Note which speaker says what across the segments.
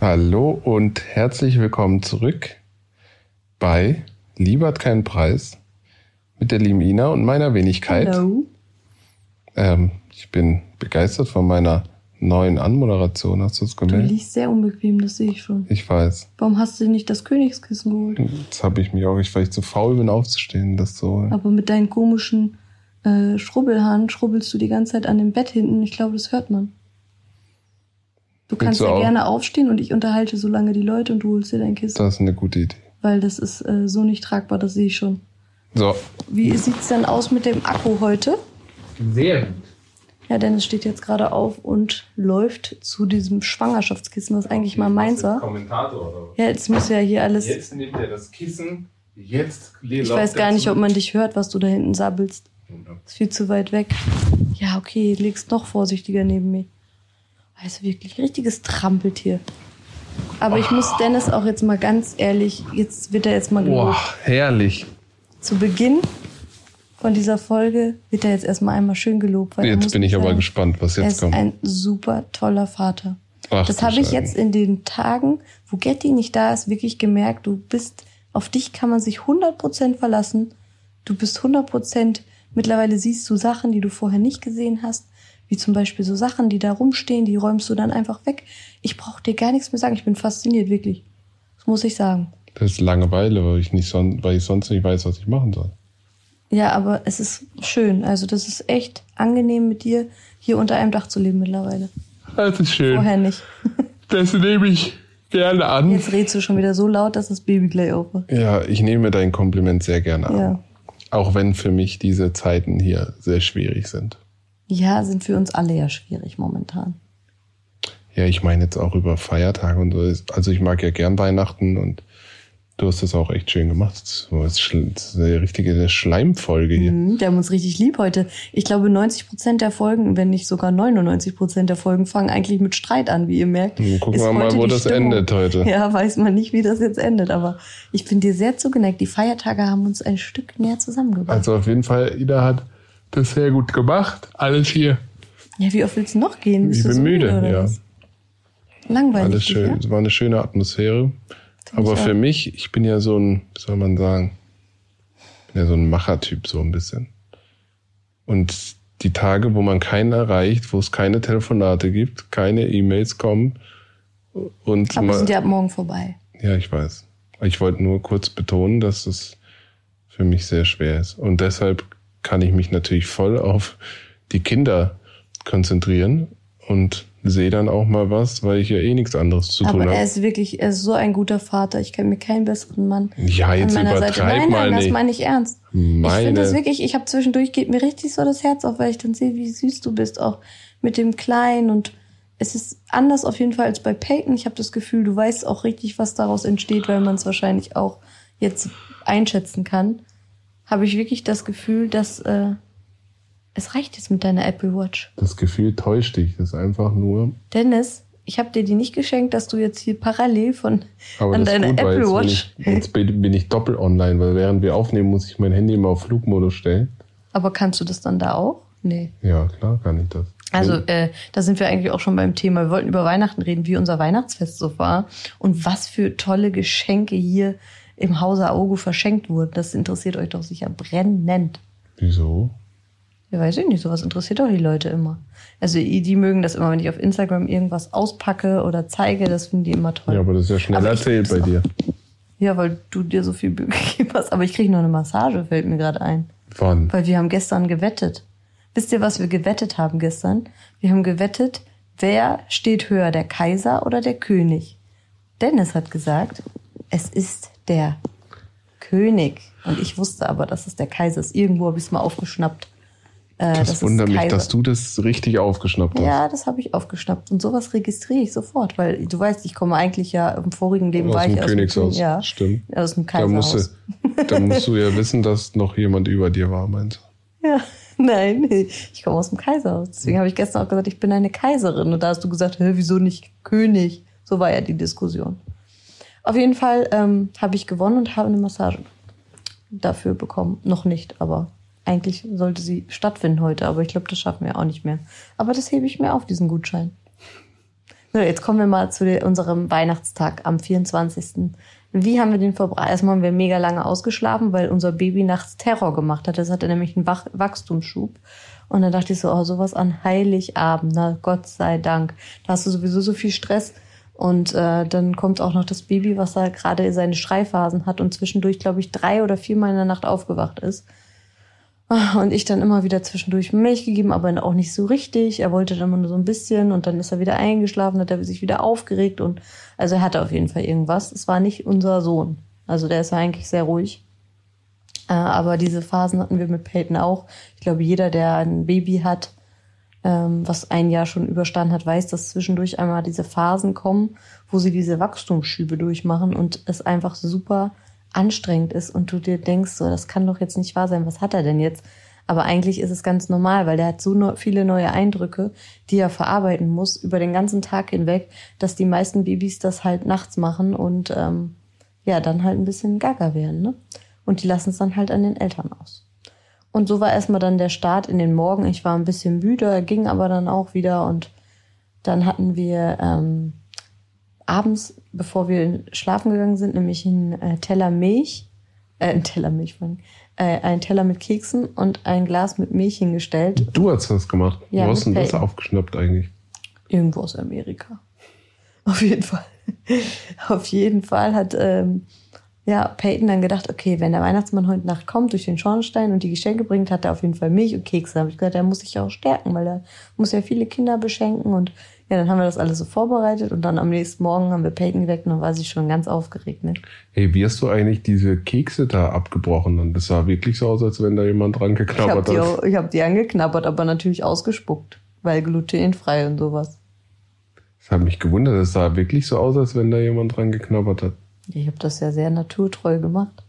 Speaker 1: Hallo und herzlich willkommen zurück bei Lieber hat keinen Preis mit der lieben Ina und meiner Wenigkeit.
Speaker 2: Hallo.
Speaker 1: Ähm, ich bin begeistert von meiner neuen Anmoderation. Hast du es
Speaker 2: Du
Speaker 1: gemerkt?
Speaker 2: liegst sehr unbequem, das sehe ich schon.
Speaker 1: Ich weiß.
Speaker 2: Warum hast du dir nicht das Königskissen geholt?
Speaker 1: Jetzt habe ich mich auch, ich, weil ich zu faul bin aufzustehen, das so.
Speaker 2: Aber mit deinen komischen äh, Schrubbelhaaren schrubbelst du die ganze Zeit an dem Bett hinten. Ich glaube, das hört man. Du kannst
Speaker 1: du
Speaker 2: ja
Speaker 1: auch-
Speaker 2: gerne aufstehen und ich unterhalte so lange die Leute und du holst dir dein Kissen.
Speaker 1: Das ist eine gute Idee.
Speaker 2: Weil das ist äh, so nicht tragbar, das sehe ich schon.
Speaker 1: So,
Speaker 2: Wie sieht's denn aus mit dem Akku heute?
Speaker 3: Sehr gut.
Speaker 2: Ja, Dennis steht jetzt gerade auf und läuft zu diesem Schwangerschaftskissen, was eigentlich mal meins war.
Speaker 3: Kommentator oder was?
Speaker 2: Ja, jetzt muss ja hier alles.
Speaker 3: Jetzt nimmt er das Kissen. Jetzt
Speaker 2: Ich weiß gar nicht, ob man dich hört, was du da hinten sabbelst. Ist viel zu weit weg. Ja, okay, legst noch vorsichtiger neben mir. Also wirklich richtiges Trampeltier. Aber ich muss Dennis auch jetzt mal ganz ehrlich, jetzt wird er jetzt mal
Speaker 1: Boah,
Speaker 2: gelobt.
Speaker 1: herrlich.
Speaker 2: Zu Beginn von dieser Folge wird er jetzt erstmal einmal schön gelobt. weil er
Speaker 1: Jetzt
Speaker 2: muss
Speaker 1: bin ich aber
Speaker 2: sagen,
Speaker 1: gespannt, was
Speaker 2: Er
Speaker 1: jetzt
Speaker 2: ist
Speaker 1: kommt.
Speaker 2: ein super toller Vater.
Speaker 1: Ach,
Speaker 2: das
Speaker 1: du
Speaker 2: habe ich
Speaker 1: Scheiße.
Speaker 2: jetzt in den Tagen, wo Getty nicht da ist, wirklich gemerkt. Du bist, auf dich kann man sich 100% verlassen. Du bist 100%, mittlerweile siehst du Sachen, die du vorher nicht gesehen hast. Wie zum Beispiel so Sachen, die da rumstehen, die räumst du dann einfach weg. Ich brauche dir gar nichts mehr sagen. Ich bin fasziniert, wirklich. Das muss ich sagen.
Speaker 1: Das ist Langeweile, weil ich, nicht son weil ich sonst nicht weiß, was ich machen soll.
Speaker 2: Ja, aber es ist schön. Also das ist echt angenehm mit dir, hier unter einem Dach zu leben mittlerweile.
Speaker 1: Das ist schön.
Speaker 2: Vorher nicht.
Speaker 1: Das nehme ich gerne an.
Speaker 2: Jetzt redest du schon wieder so laut, dass das Baby gleich aufwacht.
Speaker 1: Ja, ich nehme dein Kompliment sehr gerne an.
Speaker 2: Ja.
Speaker 1: Auch wenn für mich diese Zeiten hier sehr schwierig sind.
Speaker 2: Ja, sind für uns alle ja schwierig momentan.
Speaker 1: Ja, ich meine jetzt auch über Feiertage und so. Also ich mag ja gern Weihnachten und du hast das auch echt schön gemacht. So, Das ist schl- das ist eine richtige Schleimfolge hier.
Speaker 2: Mhm, wir haben uns richtig lieb heute. Ich glaube, 90 Prozent der Folgen, wenn nicht sogar 99 Prozent der Folgen, fangen eigentlich mit Streit an, wie ihr merkt.
Speaker 1: Nun gucken wir mal,
Speaker 2: heute
Speaker 1: wo
Speaker 2: Mhm. die
Speaker 1: das endet heute.
Speaker 2: Ja, weiß man nicht, wie das jetzt endet. Aber ich bin dir sehr zugeneigt. Die Feiertage haben uns ein Stück näher zusammengebracht.
Speaker 1: Also auf jeden Fall, Ida hat das sehr gut gemacht. Alles hier.
Speaker 2: ja, wie oft willst du noch gehen? Bist
Speaker 1: ich
Speaker 2: du
Speaker 1: bin
Speaker 2: so
Speaker 1: müde,
Speaker 2: oder
Speaker 1: ja.
Speaker 2: was? Langweilig.
Speaker 1: Alles
Speaker 2: dich,
Speaker 1: schön.
Speaker 2: ja?
Speaker 1: Es war eine schöne Atmosphäre.
Speaker 2: ich
Speaker 1: Aber
Speaker 2: auch.
Speaker 1: für mich, ich bin ja so ein, wie soll man sagen, bin ja so ein Machertyp, so ein bisschen. Und die Tage, wo man keinen erreicht, wo es keine Telefonate gibt, keine E-Mails kommen und
Speaker 2: Aber wir
Speaker 1: man,
Speaker 2: sind
Speaker 1: ja,
Speaker 2: ja ab morgen vorbei.
Speaker 1: ich weiß. Ich wollte nur kurz betonen, dass es für mich sehr schwer ist. Und deshalb kann ich mich natürlich voll auf die Kinder konzentrieren und sehe dann auch mal was, weil ich ja eh nichts anderes zu
Speaker 2: Aber
Speaker 1: tun habe.
Speaker 2: er ist wirklich, er ist so ein guter Vater. Ich kenne mir keinen besseren Mann.
Speaker 1: Ja, jetzt
Speaker 2: an meiner
Speaker 1: übertreib
Speaker 2: Seite. Nein,
Speaker 1: mal
Speaker 2: nein, das
Speaker 1: nicht.
Speaker 2: meine ich ernst. Ich
Speaker 1: Meine.
Speaker 2: finde das wirklich, ich habe zwischendurch, geht mir richtig so das Herz auf, weil ich dann sehe, wie süß du bist, auch mit dem Kleinen. Und es ist anders auf jeden Fall als bei Peyton. Ich habe das Gefühl, du weißt auch richtig, was daraus entsteht, weil man es wahrscheinlich auch jetzt einschätzen kann. Habe ich wirklich das Gefühl, dass äh, es reicht jetzt mit deiner Apple Watch.
Speaker 1: das Gefühl täuscht dich. Das ist einfach nur.
Speaker 2: Dennis, ich habe dir die nicht geschenkt, dass du jetzt hier parallel von
Speaker 1: Aber
Speaker 2: an
Speaker 1: das ist
Speaker 2: deiner
Speaker 1: gut, weil
Speaker 2: Apple
Speaker 1: jetzt bin
Speaker 2: Watch.
Speaker 1: Ich, jetzt bin bin ich doppelt online, weil während wir aufnehmen, muss ich mein Handy immer auf Flugmodus stellen.
Speaker 2: Aber kannst du das dann da auch? Nee.
Speaker 1: Ja, klar kann ich das.
Speaker 2: Also äh, da sind wir eigentlich auch schon beim Thema. Wir wollten über Weihnachten reden, wie unser Weihnachtsfest so war und was für tolle Geschenke hier im Hause Aogo verschenkt wurden. Das interessiert euch doch sicher brennend.
Speaker 1: Wieso?
Speaker 2: Ja, weiß ich nicht, sowas interessiert doch die Leute immer. Also i- die mögen das immer, wenn ich auf Instagram irgendwas auspacke oder zeige, das finden die immer toll.
Speaker 1: Ja, aber das ist ja schnell
Speaker 2: Aber ich-
Speaker 1: erzählt bei dir.
Speaker 2: Ja, weil du dir so viel Mühe gegeben hast. Aber ich kriege noch eine Massage, fällt mir gerade ein.
Speaker 1: Wann?
Speaker 2: Weil wir haben gestern gewettet. Wisst ihr, was wir gewettet haben gestern? Wir haben gewettet, wer steht höher, der Kaiser oder der König? Dennis hat gesagt, es ist der König. Und ich wusste aber, dass es der Kaiser ist. Irgendwo habe ich es mal aufgeschnappt. Äh, dass
Speaker 1: Das
Speaker 2: es
Speaker 1: wundert mich,
Speaker 2: Kaiser-
Speaker 1: dass du das richtig aufgeschnappt hast.
Speaker 2: Ja, das habe ich aufgeschnappt. Und sowas registriere ich sofort, weil du weißt, ich komme eigentlich ja im vorigen Leben
Speaker 1: Aus
Speaker 2: war
Speaker 1: dem
Speaker 2: ich
Speaker 1: Königshaus.
Speaker 2: Aus dem, ja,
Speaker 1: Stimmt.
Speaker 2: Aus dem
Speaker 1: Da musst,
Speaker 2: Kaiserhaus.
Speaker 1: du, da musst du ja wissen, dass noch jemand über dir war, meinst du?
Speaker 2: Ja, nein, ich komme aus dem Kaiserhaus. Deswegen habe ich gestern auch gesagt, ich bin eine Kaiserin. Und da hast du gesagt, Hä, wieso nicht König? So war ja die Diskussion. Auf jeden Fall ähm, habe ich gewonnen und habe eine Massage dafür bekommen. Noch nicht, aber eigentlich sollte sie stattfinden heute. Aber ich glaube, das schaffen wir auch nicht mehr. Aber das hebe ich mir auf, diesen Gutschein. So, jetzt kommen wir mal zu de- unserem Weihnachtstag am 24. Wie haben wir den verbracht? Erstmal haben wir mega lange ausgeschlafen, weil unser Baby nachts Terror gemacht hat. Das hatte nämlich einen Wach Wachstumsschub. Und dann dachte ich so, oh, sowas an Heiligabend, na Gott sei Dank. Da hast du sowieso so viel Stress. Und äh, dann kommt auch noch das Baby, was da gerade seine Schreiphasen hat und zwischendurch, glaube ich, drei oder viermal in der Nacht aufgewacht ist. Ah, Und ich dann immer wieder zwischendurch Milch gegeben, aber auch nicht so richtig. Er wollte dann nur so ein bisschen und dann ist er wieder eingeschlafen, hat er sich wieder aufgeregt und also er hatte auf jeden Fall irgendwas. Es war nicht unser Sohn. Also der ist ja eigentlich sehr ruhig. Äh, aber diese Phasen hatten wir mit Peyton auch. Ich glaube, jeder, der ein Baby hat, ähm, was ein Jahr schon überstanden hat, weiß, dass zwischendurch einmal diese Phasen kommen, wo sie diese Wachstumsschübe durchmachen und es einfach super anstrengend ist und du dir denkst, so, das kann doch jetzt nicht wahr sein, was hat er denn jetzt? Aber eigentlich ist es ganz normal, weil der hat so neu- viele neue Eindrücke, die er verarbeiten muss über den ganzen Tag hinweg, dass die meisten Babys das halt nachts machen und ähm, ja, dann halt ein bisschen gaga werden. Ne? Und die lassen es dann halt an den Eltern aus. Und so war erstmal dann der Start in den Morgen. Ich war ein bisschen müde, ging aber dann auch wieder und dann hatten wir ähm, abends, bevor wir schlafen gegangen sind, nämlich einen äh, Teller Milch, äh, einen Teller Milch, vor allem, äh, einen Teller mit Keksen und ein Glas mit Milch hingestellt.
Speaker 1: Du hast das gemacht.
Speaker 2: Ja,
Speaker 1: Wo hast denn
Speaker 2: mit
Speaker 1: das
Speaker 2: Peyton.
Speaker 1: aufgeschnappt eigentlich?
Speaker 2: Irgendwo aus Amerika. Auf jeden Fall. Auf jeden Fall hat ähm, ja, Peyton dann gedacht, okay, wenn der Weihnachtsmann heute Nacht kommt durch den Schornstein und die Geschenke bringt, hat er auf jeden Fall Milch und Kekse. Da habe ich gesagt, er muss sich ja auch stärken, weil er muss ja viele Kinder beschenken. Und ja, dann haben wir das alles so vorbereitet und dann am nächsten Morgen haben wir Peyton geweckt und dann war sie schon ganz aufgeregt. Ne?
Speaker 1: Hey, wie hast du eigentlich diese Kekse da abgebrochen? Und das sah wirklich so aus, als wenn da jemand dran
Speaker 2: Ich habe
Speaker 1: geknabbert
Speaker 2: die,
Speaker 1: hat.
Speaker 2: auch- ich hab die angeknabbert, aber natürlich ausgespuckt, weil glutenfrei und sowas.
Speaker 1: Das hat mich gewundert. Das sah wirklich so aus, als wenn da jemand dran geknabbert hat.
Speaker 2: Ich habe das ja sehr naturtreu gemacht.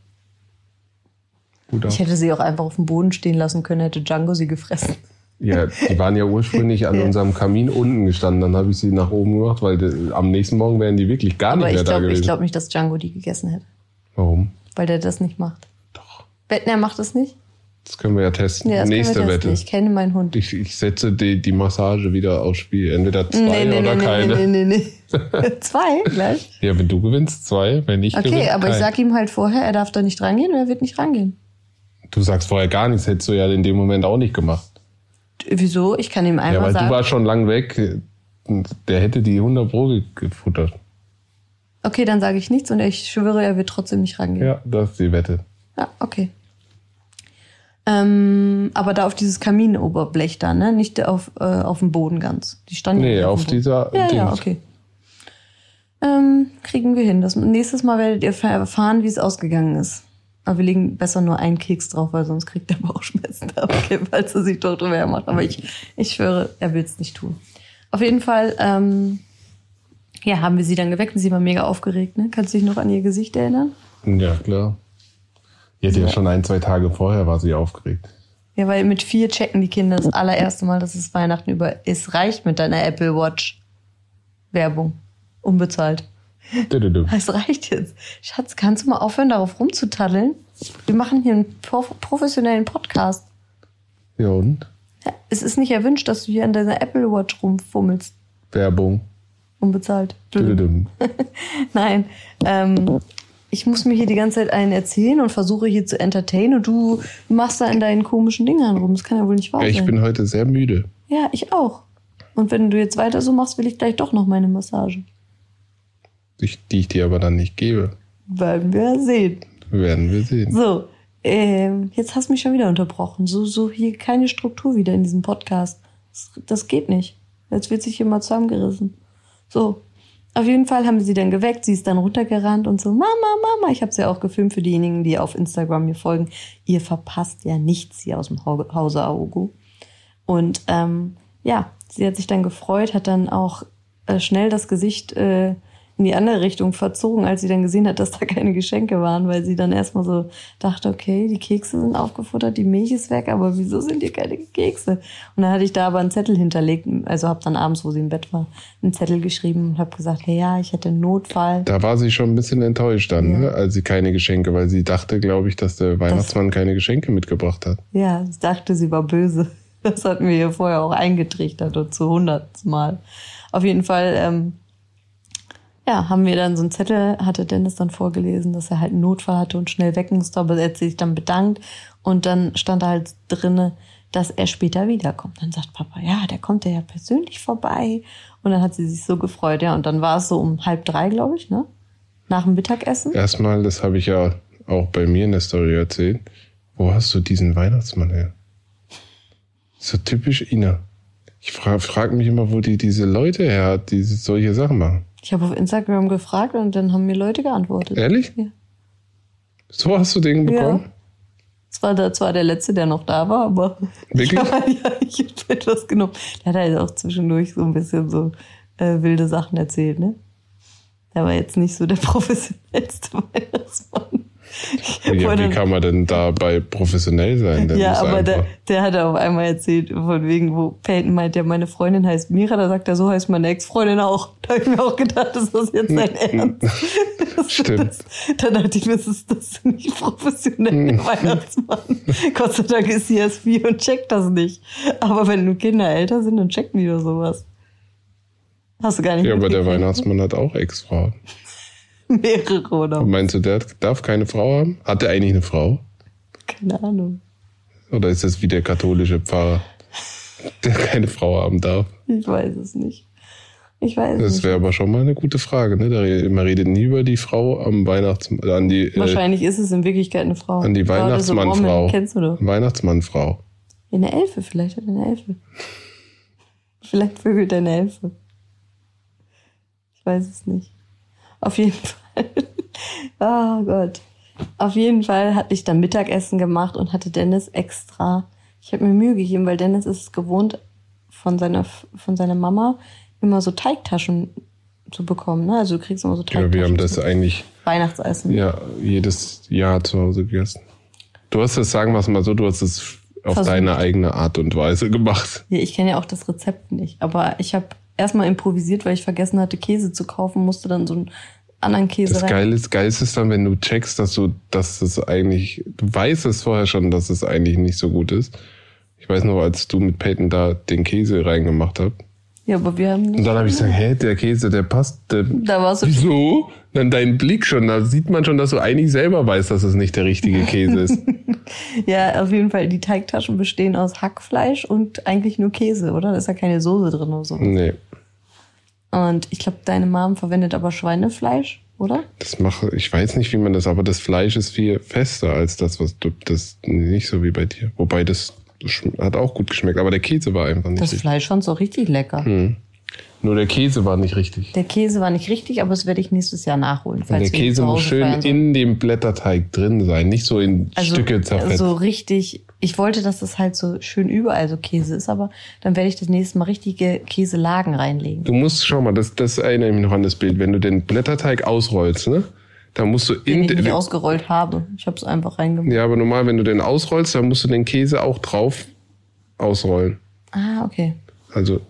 Speaker 1: Gut ab.
Speaker 2: Ich hätte sie auch einfach auf dem Boden stehen lassen können, hätte Django sie gefressen.
Speaker 1: Ja, die waren ja ursprünglich an
Speaker 2: Ja.
Speaker 1: unserem Kamin unten gestanden. Dann habe ich sie nach oben gemacht, weil de- am nächsten Morgen wären die wirklich gar nicht
Speaker 2: Aber ich
Speaker 1: mehr da
Speaker 2: glaube
Speaker 1: gewesen.
Speaker 2: glaub nicht, dass Django die gegessen hätte,
Speaker 1: Warum?
Speaker 2: weil der das nicht macht.
Speaker 1: Doch.
Speaker 2: Bettner macht das nicht?
Speaker 1: Das können wir ja testen.
Speaker 2: das
Speaker 1: Nächste
Speaker 2: können wir testen.
Speaker 1: Wette.
Speaker 2: Ich kenne meinen Hund.
Speaker 1: Ich, ich setze die, die Massage wieder aufs Spiel. Entweder zwei oder keine.
Speaker 2: nee, nee, nee, nee. Zwei gleich.
Speaker 1: Ja, wenn du gewinnst, zwei. Wenn ich gewinne,
Speaker 2: Okay, aber ich
Speaker 1: kein.
Speaker 2: sag ihm halt vorher, er darf da nicht rangehen und er wird nicht rangehen.
Speaker 1: Du sagst vorher gar nichts, hättest du ja in dem Moment auch nicht gemacht.
Speaker 2: Wieso? Ich kann ihm
Speaker 1: Ja,
Speaker 2: einmal
Speaker 1: weil
Speaker 2: sagen.
Speaker 1: du warst schon lang weg. Der hätte die 100 Pro ge- gefuttert.
Speaker 2: Okay, dann sage ich nichts und ich schwöre, er wird trotzdem nicht rangehen.
Speaker 1: Ja, das ist die Wette.
Speaker 2: Ja, okay. Ähm, aber da auf dieses Kaminoberblech da, ne? Nicht auf, äh, auf dem Boden ganz. Die standen ja
Speaker 1: Nee,
Speaker 2: nicht
Speaker 1: auf
Speaker 2: dem Boden.
Speaker 1: dieser.
Speaker 2: Ja, ja,
Speaker 1: Dings.
Speaker 2: okay. Ähm, kriegen wir hin. Das, nächstes Mal werdet ihr erfahren, wie es ausgegangen ist. Aber wir legen besser nur einen Keks drauf, weil sonst kriegt er Bauchschmerzen dabei, falls er sich doch drüber hermacht. Aber ich, ich schwöre, er will es nicht tun. Auf jeden Fall, ähm, ja, haben wir sie dann geweckt und sie war mega aufgeregt. Ne? Kannst du dich noch an ihr Gesicht erinnern?
Speaker 1: Ja, klar. Die hat ja
Speaker 2: Ja.
Speaker 1: schon ein, zwei Tage vorher war sie aufgeregt.
Speaker 2: Ja, weil mit vier checken die Kinder das allererste Mal, dass es Weihnachten über ist. Reicht mit deiner Apple Watch. Werbung. Unbezahlt.
Speaker 1: Düdüdü.
Speaker 2: Es reicht jetzt. Schatz, kannst du mal aufhören, darauf rumzutaddeln? Wir machen hier einen prof professionellen Podcast.
Speaker 1: Ja, und?
Speaker 2: Ja, Es ist nicht erwünscht, dass du hier an deiner Apple Watch rumfummelst.
Speaker 1: Werbung.
Speaker 2: Unbezahlt.
Speaker 1: Düdüdüm.
Speaker 2: Nein. Ähm, ich muss mir hier die ganze Zeit einen erzählen und versuche hier zu entertainen und du machst da in deinen komischen Dingern rum. Das kann ja wohl nicht wahr
Speaker 1: Ja,
Speaker 2: sein.
Speaker 1: ich bin heute sehr müde.
Speaker 2: Ja, ich auch. Und wenn du jetzt weiter so machst, will ich gleich doch noch meine Massage.
Speaker 1: Ich, die ich dir aber dann nicht gebe.
Speaker 2: Werden wir sehen.
Speaker 1: Werden wir sehen.
Speaker 2: So, ähm, jetzt hast du mich schon wieder unterbrochen. So, so hier keine Struktur wieder in diesem Podcast. Das, das geht nicht. Jetzt wird sich hier mal zusammengerissen. So, auf jeden Fall haben wir sie dann geweckt. Sie ist dann runtergerannt und so, Mama, Mama. Ich habe sie ja auch gefilmt für diejenigen, die auf Instagram mir folgen. Ihr verpasst ja nichts hier aus dem Hau- Hause Aogo. Und ähm, ja, sie hat sich dann gefreut, hat dann auch äh, schnell das Gesicht äh, in die andere Richtung verzogen, als sie dann gesehen hat, dass da keine Geschenke waren, weil sie dann erstmal so dachte, okay, die Kekse sind aufgefuttert, die Milch ist weg, aber wieso sind hier keine Kekse? Und dann hatte ich da aber einen Zettel hinterlegt, also habe dann abends, wo sie im Bett war, einen Zettel geschrieben und habe gesagt, hey, ja, ich hatte einen Notfall.
Speaker 1: Da war sie schon ein bisschen enttäuscht dann,
Speaker 2: Ja.
Speaker 1: ne? als sie keine Geschenke, weil sie dachte, glaube ich, dass der Weihnachtsmann keine Geschenke mitgebracht hat.
Speaker 2: Ja, ich dachte, sie war böse. Das hatten wir ihr vorher auch eingetrichtert und zu hundertmal. Auf jeden Fall, ähm, ja, haben wir dann so einen Zettel, hatte Dennis dann vorgelesen, dass er halt einen Notfall hatte und schnell weg musste, aber er hat sich dann bedankt und dann stand da halt drinne, dass er später wiederkommt. Dann sagt Papa, ja, der kommt ja ja persönlich vorbei. Und dann hat sie sich so gefreut, ja. Und dann war es so um halb drei, glaube ich, ne? Nach dem Mittagessen.
Speaker 1: Erstmal, das habe ich ja auch bei mir in der Story erzählt, wo hast du diesen Weihnachtsmann her? So typisch Ina. Ich frage frag mich immer, wo die diese Leute her hat, die solche Sachen machen.
Speaker 2: Ich habe auf Instagram gefragt und dann haben mir Leute geantwortet.
Speaker 1: Ehrlich?
Speaker 2: Ja.
Speaker 1: So hast du den
Speaker 2: Ja.
Speaker 1: bekommen?
Speaker 2: Es war da zwar der letzte, der noch da war, aber
Speaker 1: Wirklich?
Speaker 2: ich habe ja, ich hab etwas genommen. Der hat halt auch zwischendurch so ein bisschen so äh, wilde Sachen erzählt, ne? Der war jetzt nicht so der professionellste Weihnachtsmann. Ich
Speaker 1: Ja, wie
Speaker 2: wollte-
Speaker 1: kann man denn dabei professionell sein? Der
Speaker 2: ja,
Speaker 1: muss
Speaker 2: aber der,
Speaker 1: einfach-
Speaker 2: der hat auf einmal erzählt, von wegen, wo Peyton meint, ja, meine Freundin heißt Mira, da sagt er, so heißt meine Ex-Freundin auch. Da habe ich mir auch gedacht, ist das jetzt sein Ernst? Das,
Speaker 1: Stimmt.
Speaker 2: Das, da dachte ich mir, das ist das ist nicht
Speaker 1: Hm.
Speaker 2: professionell, der Weihnachtsmann. Gott sei Dank ist sie erst vier und checkt das nicht. Aber wenn du Kinder älter sind, dann checken die doch sowas. Hast du gar nicht
Speaker 1: ja, aber der
Speaker 2: mitgekriegt?
Speaker 1: Weihnachtsmann hat auch Ex-Frauen.
Speaker 2: Mehrere oder?
Speaker 1: Meinst du, der hat- darf keine Frau haben? Hat er eigentlich eine Frau?
Speaker 2: Keine Ahnung.
Speaker 1: Oder ist das wie der katholische Pfarrer, der keine Frau haben darf?
Speaker 2: Ich weiß es nicht. Ich weiß es
Speaker 1: Das
Speaker 2: nicht.
Speaker 1: wäre aber schon mal eine gute Frage. Ne? Da re- Man redet nie über die Frau am Weihnachts an die äh,
Speaker 2: Wahrscheinlich ist es in Wirklichkeit eine Frau.
Speaker 1: an die
Speaker 2: Gerade so
Speaker 1: Weihnachtsmannfrau.
Speaker 2: Rommel, Kennst du doch.
Speaker 1: Weihnachtsmannfrau.
Speaker 2: Eine Elfe, vielleicht hat er eine Elfe. Vielleicht vögelt er eine Elfe. Ich weiß es nicht. Auf jeden Fall. Oh Gott. Auf jeden Fall hatte ich dann Mittagessen gemacht und hatte Dennis extra. Ich habe mir Mühe gegeben, weil Dennis ist es gewohnt, von seiner, von seiner Mama immer so Teigtaschen zu bekommen. Ne? Also du kriegst immer so Teigtaschen.
Speaker 1: Ja, wir haben das
Speaker 2: zum
Speaker 1: eigentlich
Speaker 2: Weihnachtsessen.
Speaker 1: ja, jedes Jahr zu Hause gegessen. Du hast das, sagen wir es mal so, du hast es auf
Speaker 2: Versucht.
Speaker 1: deine eigene Art und Weise gemacht.
Speaker 2: Ja, ich kenne ja auch das Rezept nicht. Aber ich habe erstmal improvisiert, weil ich vergessen hatte, Käse zu kaufen, musste dann so einen anderen Käse
Speaker 1: Das
Speaker 2: rein.
Speaker 1: Geile ist, geil ist dann, wenn du checkst, dass du, dass das eigentlich, du weißt es vorher schon, dass es eigentlich nicht so gut ist. Ich weiß noch, als du mit Peyton da den Käse reingemacht habt.
Speaker 2: Ja, aber wir haben.
Speaker 1: Und dann habe ich gesagt, hä, der Käse, der passt. Der,
Speaker 2: Da war so.
Speaker 1: wieso? Dann dein Blick schon, da sieht man schon, dass du eigentlich selber weißt, dass es nicht der richtige Käse ist.
Speaker 2: Ja, auf jeden Fall. Die Teigtaschen bestehen aus Hackfleisch und eigentlich nur Käse, oder? Da ist ja keine Soße drin oder so.
Speaker 1: nee,
Speaker 2: Und ich glaube, deine Mom verwendet aber Schweinefleisch, oder?
Speaker 1: das mache ich weiß nicht, wie man das, aber das Fleisch ist viel fester als das, was du, das nicht so wie bei dir. Wobei das schm- hat auch gut geschmeckt, aber der Käse war einfach nicht
Speaker 2: Das
Speaker 1: richtig. Hm.
Speaker 2: Fleisch fand so richtig lecker.
Speaker 1: Nur der Käse war nicht richtig.
Speaker 2: Der Käse war nicht richtig, aber das werde ich nächstes Jahr nachholen. Falls
Speaker 1: der
Speaker 2: wir
Speaker 1: Käse
Speaker 2: zu
Speaker 1: muss
Speaker 2: Hause
Speaker 1: schön
Speaker 2: feiern sollten.
Speaker 1: in dem Blätterteig drin sein, nicht so in Stücke zerfetzt.
Speaker 2: Also äh, So richtig. Ich wollte, dass das halt so schön überall so Käse ist, aber dann werde ich das nächste Mal richtige Käselagen reinlegen.
Speaker 1: Du musst, schau mal, das, das erinnere ich mich noch an das Bild. Wenn du den Blätterteig ausrollst, ne? Da musst du
Speaker 2: Den
Speaker 1: in
Speaker 2: ich nicht
Speaker 1: den,
Speaker 2: ausgerollt habe. Ich habe es einfach reingemacht.
Speaker 1: Ja, aber normal, wenn du den ausrollst, dann musst du den Käse auch drauf ausrollen.
Speaker 2: Ah, okay.
Speaker 1: Also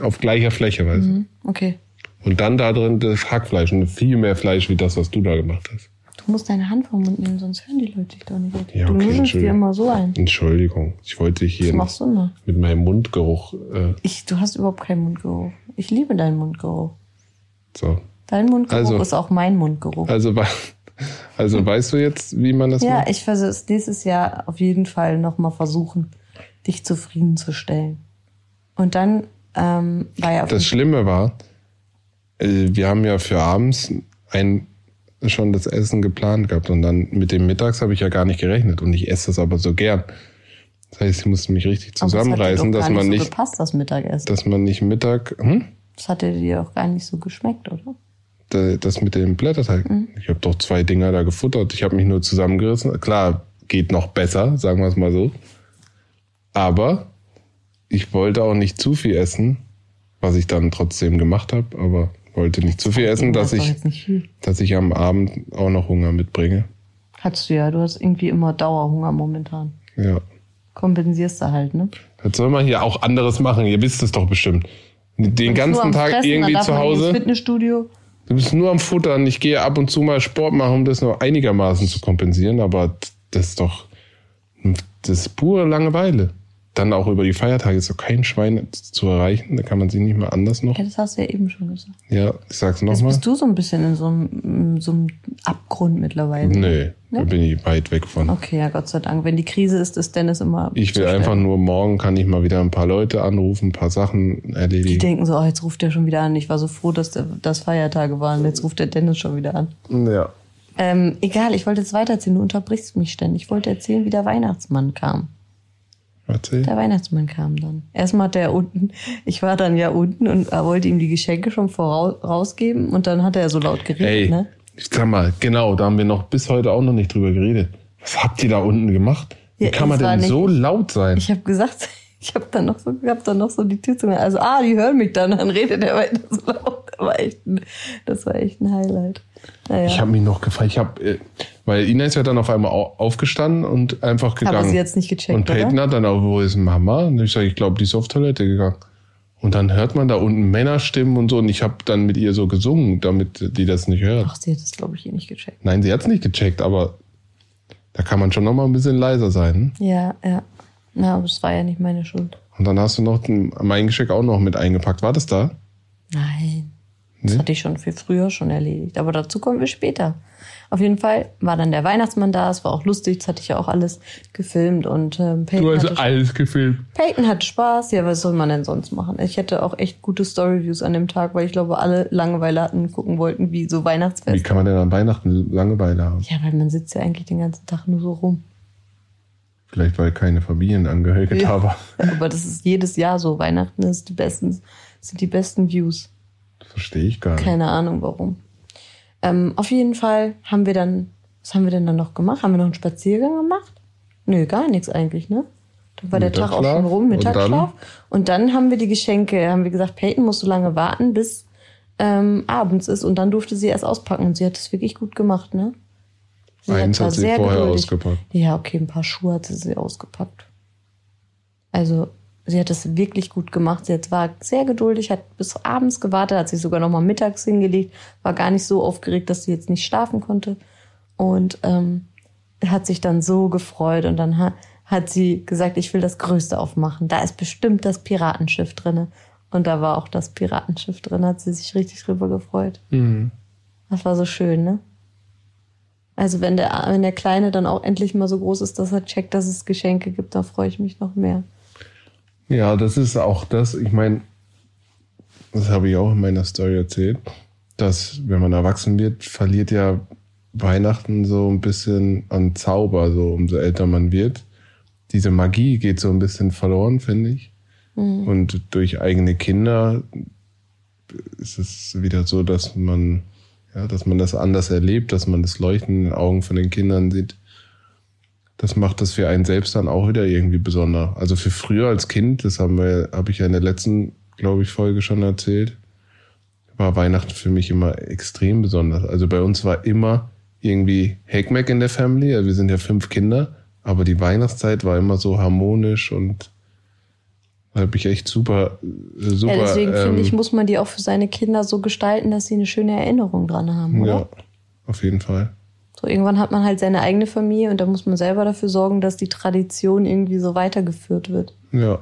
Speaker 1: auf gleicher Fläche, weißt du?
Speaker 2: Hm, Okay.
Speaker 1: Und dann da drin das Hackfleisch und viel mehr Fleisch wie das, was du da gemacht hast.
Speaker 2: Du musst deine Hand vom Mund nehmen, sonst hören die Leute dich doch nicht.
Speaker 1: Ja, okay,
Speaker 2: du nudelst dir
Speaker 1: Entschuldigung.
Speaker 2: immer so ein.
Speaker 1: Entschuldigung, ich wollte dich
Speaker 2: Das
Speaker 1: hier
Speaker 2: machst du immer.
Speaker 1: mit meinem Mundgeruch äh,
Speaker 2: Ich, du hast überhaupt keinen Mundgeruch. Ich liebe deinen Mundgeruch.
Speaker 1: so.
Speaker 2: Dein Mundgeruch
Speaker 1: Also-
Speaker 2: ist auch mein Mundgeruch.
Speaker 1: Also, wa- also weißt du jetzt, wie man das
Speaker 2: ja,
Speaker 1: macht?
Speaker 2: ich werde es nächstes Jahr auf jeden Fall nochmal versuchen, dich zufriedenzustellen. Und dann ähm, war ja auf
Speaker 1: Das Schlimme war, äh, wir haben ja für abends ein, schon das Essen geplant gehabt und dann mit dem Mittags habe ich ja gar nicht gerechnet und ich esse das aber so gern. Das heißt, ich musste mich richtig
Speaker 2: Aber es hat dir
Speaker 1: zusammenreißen,
Speaker 2: doch
Speaker 1: dass
Speaker 2: gar
Speaker 1: man
Speaker 2: nicht.
Speaker 1: nicht,
Speaker 2: So gepasst, das Mittagessen.
Speaker 1: dass man nicht Mittag, hm?
Speaker 2: Das hatte dir auch gar nicht so geschmeckt, oder?
Speaker 1: Da- das mit dem Blätterteig.
Speaker 2: Mhm.
Speaker 1: Ich habe doch zwei Dinger da gefuttert. Ich habe mich nur zusammengerissen. Klar, geht noch besser, sagen wir es mal so. Aber ich wollte auch nicht zu viel essen, was ich dann trotzdem gemacht habe. Aber wollte nicht zu viel essen,
Speaker 2: Du
Speaker 1: dass
Speaker 2: hast doch
Speaker 1: ich,
Speaker 2: Jetzt nicht viel.
Speaker 1: dass ich am Abend auch noch Hunger mitbringe.
Speaker 2: Hattest du ja, du hast irgendwie immer Dauerhunger momentan.
Speaker 1: Ja.
Speaker 2: Kompensierst du halt, ne?
Speaker 1: Das soll man hier auch anderes machen. Ihr wisst es doch bestimmt. Den
Speaker 2: Nur
Speaker 1: ganzen
Speaker 2: am
Speaker 1: Tag
Speaker 2: Fressen,
Speaker 1: irgendwie
Speaker 2: dann darf
Speaker 1: zu
Speaker 2: man nicht ins
Speaker 1: Hause.
Speaker 2: Fitnessstudio.
Speaker 1: Du bist nur am Futtern. Ich gehe ab und zu mal Sport machen, um das noch einigermaßen zu kompensieren. Aber das ist doch das ist pure Langeweile. Dann auch über die Feiertage ist doch kein Schwein zu erreichen. Da kann man sich nicht mal anders noch.
Speaker 2: Ja, das hast du ja eben schon gesagt.
Speaker 1: Ja, ich sag's
Speaker 2: Jetzt
Speaker 1: nochmal.
Speaker 2: bist du so ein bisschen in so einem, in so einem Abgrund mittlerweile.
Speaker 1: Nö, da
Speaker 2: Ne?
Speaker 1: bin ich weit weg von.
Speaker 2: Okay, ja, Gott sei Dank. Wenn die Krise ist, ist Dennis immer.
Speaker 1: Ich will
Speaker 2: zuständig.
Speaker 1: einfach nur, morgen kann ich mal wieder ein paar Leute anrufen, ein paar Sachen
Speaker 2: Die
Speaker 1: erledigen.
Speaker 2: denken so, oh, jetzt ruft der schon wieder an. Ich war so froh, dass der, das Feiertage waren. Jetzt ruft der Dennis schon wieder an.
Speaker 1: Ja.
Speaker 2: Ähm, egal, ich wollte jetzt weitererzählen. Du unterbrichst mich ständig. Ich wollte erzählen, wie der Weihnachtsmann kam.
Speaker 1: Erzähl.
Speaker 2: Der Weihnachtsmann kam dann. Erstmal hat er unten, ich war dann ja unten und er wollte ihm die Geschenke schon voraus, rausgeben und dann hat er so laut geredet,
Speaker 1: Ey,
Speaker 2: ne?
Speaker 1: ich sag mal, genau, da haben wir noch bis heute auch noch nicht drüber geredet. Was habt ihr da unten gemacht? Wie
Speaker 2: Ja,
Speaker 1: kann man
Speaker 2: es war
Speaker 1: denn
Speaker 2: nicht-
Speaker 1: so laut sein?
Speaker 2: Ich habe gesagt, ich habe dann noch so, ich hab dann noch so die Tür zu mir. Also, ah, die hören mich dann, dann redet er weiter so laut. Das war echt ein, das war echt ein Highlight. Naja.
Speaker 1: Ich habe mich noch gefragt, ich habe, äh, weil Ina ist ja dann auf einmal au- aufgestanden und einfach gegangen.
Speaker 2: sie jetzt nicht gecheckt,
Speaker 1: Und Peyton hat dann auch, wo ist Mama? Und ich sage, ich glaube, die ist auf Toilette gegangen. Und dann hört man da unten Männerstimmen und so. Und ich habe dann mit ihr so gesungen, damit die das nicht hört.
Speaker 2: Ach, sie hat das, glaube ich, eh nicht gecheckt.
Speaker 1: Nein, sie hat es nicht gecheckt, aber da kann man schon noch mal ein bisschen leiser sein.
Speaker 2: Ja, ja. Na, aber es war ja nicht meine Schuld.
Speaker 1: Und dann hast du noch den, mein Geschenk auch noch mit eingepackt. War das da?
Speaker 2: Nein. Das
Speaker 1: Nee?
Speaker 2: hatte ich schon viel früher schon erledigt. Aber dazu kommen wir später. Auf jeden Fall war dann der Weihnachtsmann da. Es war auch lustig. Das hatte ich ja auch alles gefilmt. Und ähm, Peyton,
Speaker 1: also
Speaker 2: hatte,
Speaker 1: alles gefilmt.
Speaker 2: Peyton hatte Spaß. Ja, was soll man denn sonst machen? Ich hätte auch echt gute Storyviews an dem Tag, weil ich glaube, alle Langeweile hatten, gucken wollten, wie so
Speaker 1: Wie
Speaker 2: Weihnachtsfest.
Speaker 1: kann man denn an Weihnachten Langeweile haben?
Speaker 2: Ja, weil man sitzt ja eigentlich den ganzen Tag nur so rum.
Speaker 1: Vielleicht, weil keine Familienangehörige
Speaker 2: Ja.
Speaker 1: da war.
Speaker 2: Aber das ist jedes Jahr so. Weihnachten ist die besten, sind die besten Views.
Speaker 1: Verstehe ich gar nicht.
Speaker 2: Keine Ahnung warum. Ähm, auf jeden Fall haben wir dann, was haben wir denn dann noch gemacht? Haben wir noch einen Spaziergang gemacht? Nö, gar nichts eigentlich, ne? Dann war der Tag auch schon
Speaker 1: Mittagsschlaf
Speaker 2: rum,
Speaker 1: und
Speaker 2: Mittagsschlaf. Und dann, haben wir die Geschenke, äh, haben wir gesagt, Peyton muss so lange warten, bis ähm, abends ist. Und dann durfte sie erst auspacken. Und sie hat es wirklich gut gemacht, ne?
Speaker 1: Eins
Speaker 2: war
Speaker 1: hat sie
Speaker 2: sehr
Speaker 1: vorher ausgepackt.
Speaker 2: Ja, okay, ein paar Schuhe hat sie, sie ausgepackt. Also sie hat das wirklich gut gemacht. Sie hat, war sehr geduldig, hat bis abends gewartet, hat sich sogar noch mal mittags hingelegt, war gar nicht so aufgeregt, dass sie jetzt nicht schlafen konnte und ähm, hat sich dann so gefreut und dann ha hat sie gesagt, ich will das Größte aufmachen. Da ist bestimmt das Piratenschiff drinne. Und da war auch das Piratenschiff drin, hat sie sich richtig drüber gefreut. Das war so schön, ne? Also wenn der, wenn der Kleine dann auch endlich mal so groß ist, dass er checkt, dass es Geschenke gibt, da freue ich mich noch mehr.
Speaker 1: Ja, das ist auch das. Ich meine, das habe ich auch in meiner Story erzählt, dass wenn man erwachsen wird, verliert ja Weihnachten so ein bisschen an Zauber, so umso älter man wird. Diese Magie geht so ein bisschen verloren, finde ich. Und durch eigene Kinder ist es wieder so, dass man, ja, dass man das anders erlebt, dass man das Leuchten in den Augen von den Kindern sieht das macht das für einen selbst dann auch wieder irgendwie besonder. Also für früher als Kind, das haben wir, habe ich ja in der letzten, glaube ich, Folge schon erzählt, war Weihnachten für mich immer extrem besonders. Also bei uns war immer irgendwie Heckmeck in der Family. Also wir sind ja fünf Kinder, aber die Weihnachtszeit war immer so harmonisch und habe ich echt super, äh, super.
Speaker 2: ja, deswegen
Speaker 1: ähm,
Speaker 2: finde ich, muss man die auch für seine Kinder so gestalten, dass sie eine schöne Erinnerung dran haben, oder?
Speaker 1: ja, auf jeden Fall.
Speaker 2: So irgendwann hat man halt seine eigene Familie und da muss man selber dafür sorgen, dass die Tradition irgendwie so weitergeführt wird.
Speaker 1: Ja.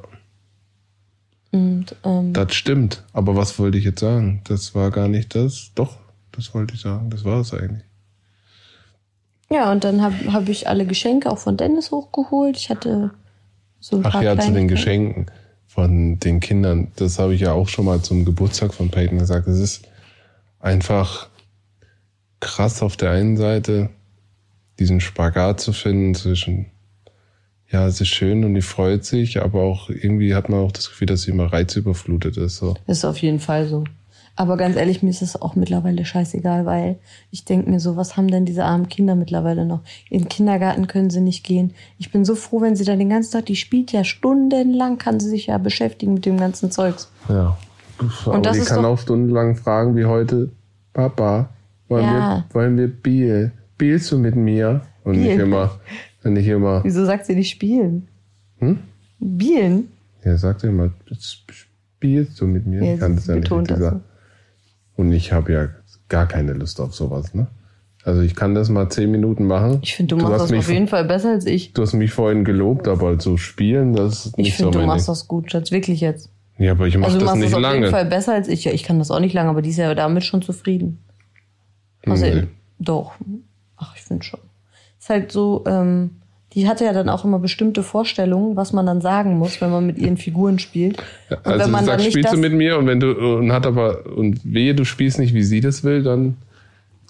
Speaker 2: Und ähm,
Speaker 1: Das stimmt. Aber was wollte ich jetzt sagen? Das war gar nicht das. Doch, das wollte ich sagen. Das war es eigentlich.
Speaker 2: ja, und dann habe hab ich alle Geschenke auch von Dennis hochgeholt. Ich hatte so ein
Speaker 1: Ach
Speaker 2: paar
Speaker 1: ja, zu den
Speaker 2: Kleinigkeiten.
Speaker 1: Geschenken von den Kindern. Das habe ich ja auch schon mal zum Geburtstag von Peyton gesagt. Es ist einfach krass auf der einen Seite, diesen Spagat zu finden zwischen, ja, es ist schön und die freut sich, aber auch irgendwie hat man auch das Gefühl, dass sie immer reizüberflutet ist. So.
Speaker 2: Ist auf jeden Fall so. Aber ganz ehrlich, mir ist es auch mittlerweile scheißegal, weil ich denke mir so, was haben denn diese armen Kinder mittlerweile noch? In den Kindergarten können sie nicht gehen. Ich bin so froh, wenn sie da den ganzen Tag, die spielt ja stundenlang, kann sie sich ja beschäftigen mit dem ganzen Zeugs.
Speaker 1: Ja. Aber
Speaker 2: das
Speaker 1: die
Speaker 2: ist
Speaker 1: kann
Speaker 2: doch-
Speaker 1: auch stundenlang fragen wie heute, Papa, wollen,
Speaker 2: Ja.
Speaker 1: wir, wollen wir Bier? Bielst du mit mir? Und nicht
Speaker 2: Bier.
Speaker 1: immer, und nicht immer,
Speaker 2: Wieso sagt sie nicht spielen?
Speaker 1: Hm?
Speaker 2: Bielen?
Speaker 1: ja, sagt immer, spielst du mit mir?
Speaker 2: Ja,
Speaker 1: ich kann
Speaker 2: sie
Speaker 1: das ja nicht
Speaker 2: betont
Speaker 1: mit
Speaker 2: das
Speaker 1: dieser.
Speaker 2: so.
Speaker 1: Und ich habe ja gar keine Lust auf sowas, ne? Also ich kann das mal zehn Minuten machen.
Speaker 2: Ich finde, du, machst
Speaker 1: hast
Speaker 2: das
Speaker 1: mich
Speaker 2: auf jeden Fall besser als ich.
Speaker 1: Du hast mich vorhin gelobt, aber zu spielen, das ist nicht
Speaker 2: Ich
Speaker 1: so
Speaker 2: finde, du
Speaker 1: mein
Speaker 2: machst
Speaker 1: Ding.
Speaker 2: das gut, Schatz. Wirklich jetzt.
Speaker 1: Ja, aber ich mache
Speaker 2: Also du
Speaker 1: das
Speaker 2: machst
Speaker 1: nicht
Speaker 2: das auf jeden Fall
Speaker 1: lange.
Speaker 2: besser als ich. Ja, ich kann das auch nicht lange, aber die ist ja damit schon zufrieden. Also,
Speaker 1: Nee.
Speaker 2: Doch. Ach, ich finde schon. Ist halt so, ähm, die hatte ja dann auch immer bestimmte Vorstellungen, was man dann sagen muss, wenn man mit ihren Figuren spielt. Und
Speaker 1: Also
Speaker 2: wenn
Speaker 1: du
Speaker 2: man dann
Speaker 1: sagst,
Speaker 2: nicht
Speaker 1: spielst
Speaker 2: das,
Speaker 1: du mit mir und wenn du und hat aber und wehe, du spielst nicht, wie sie das will, dann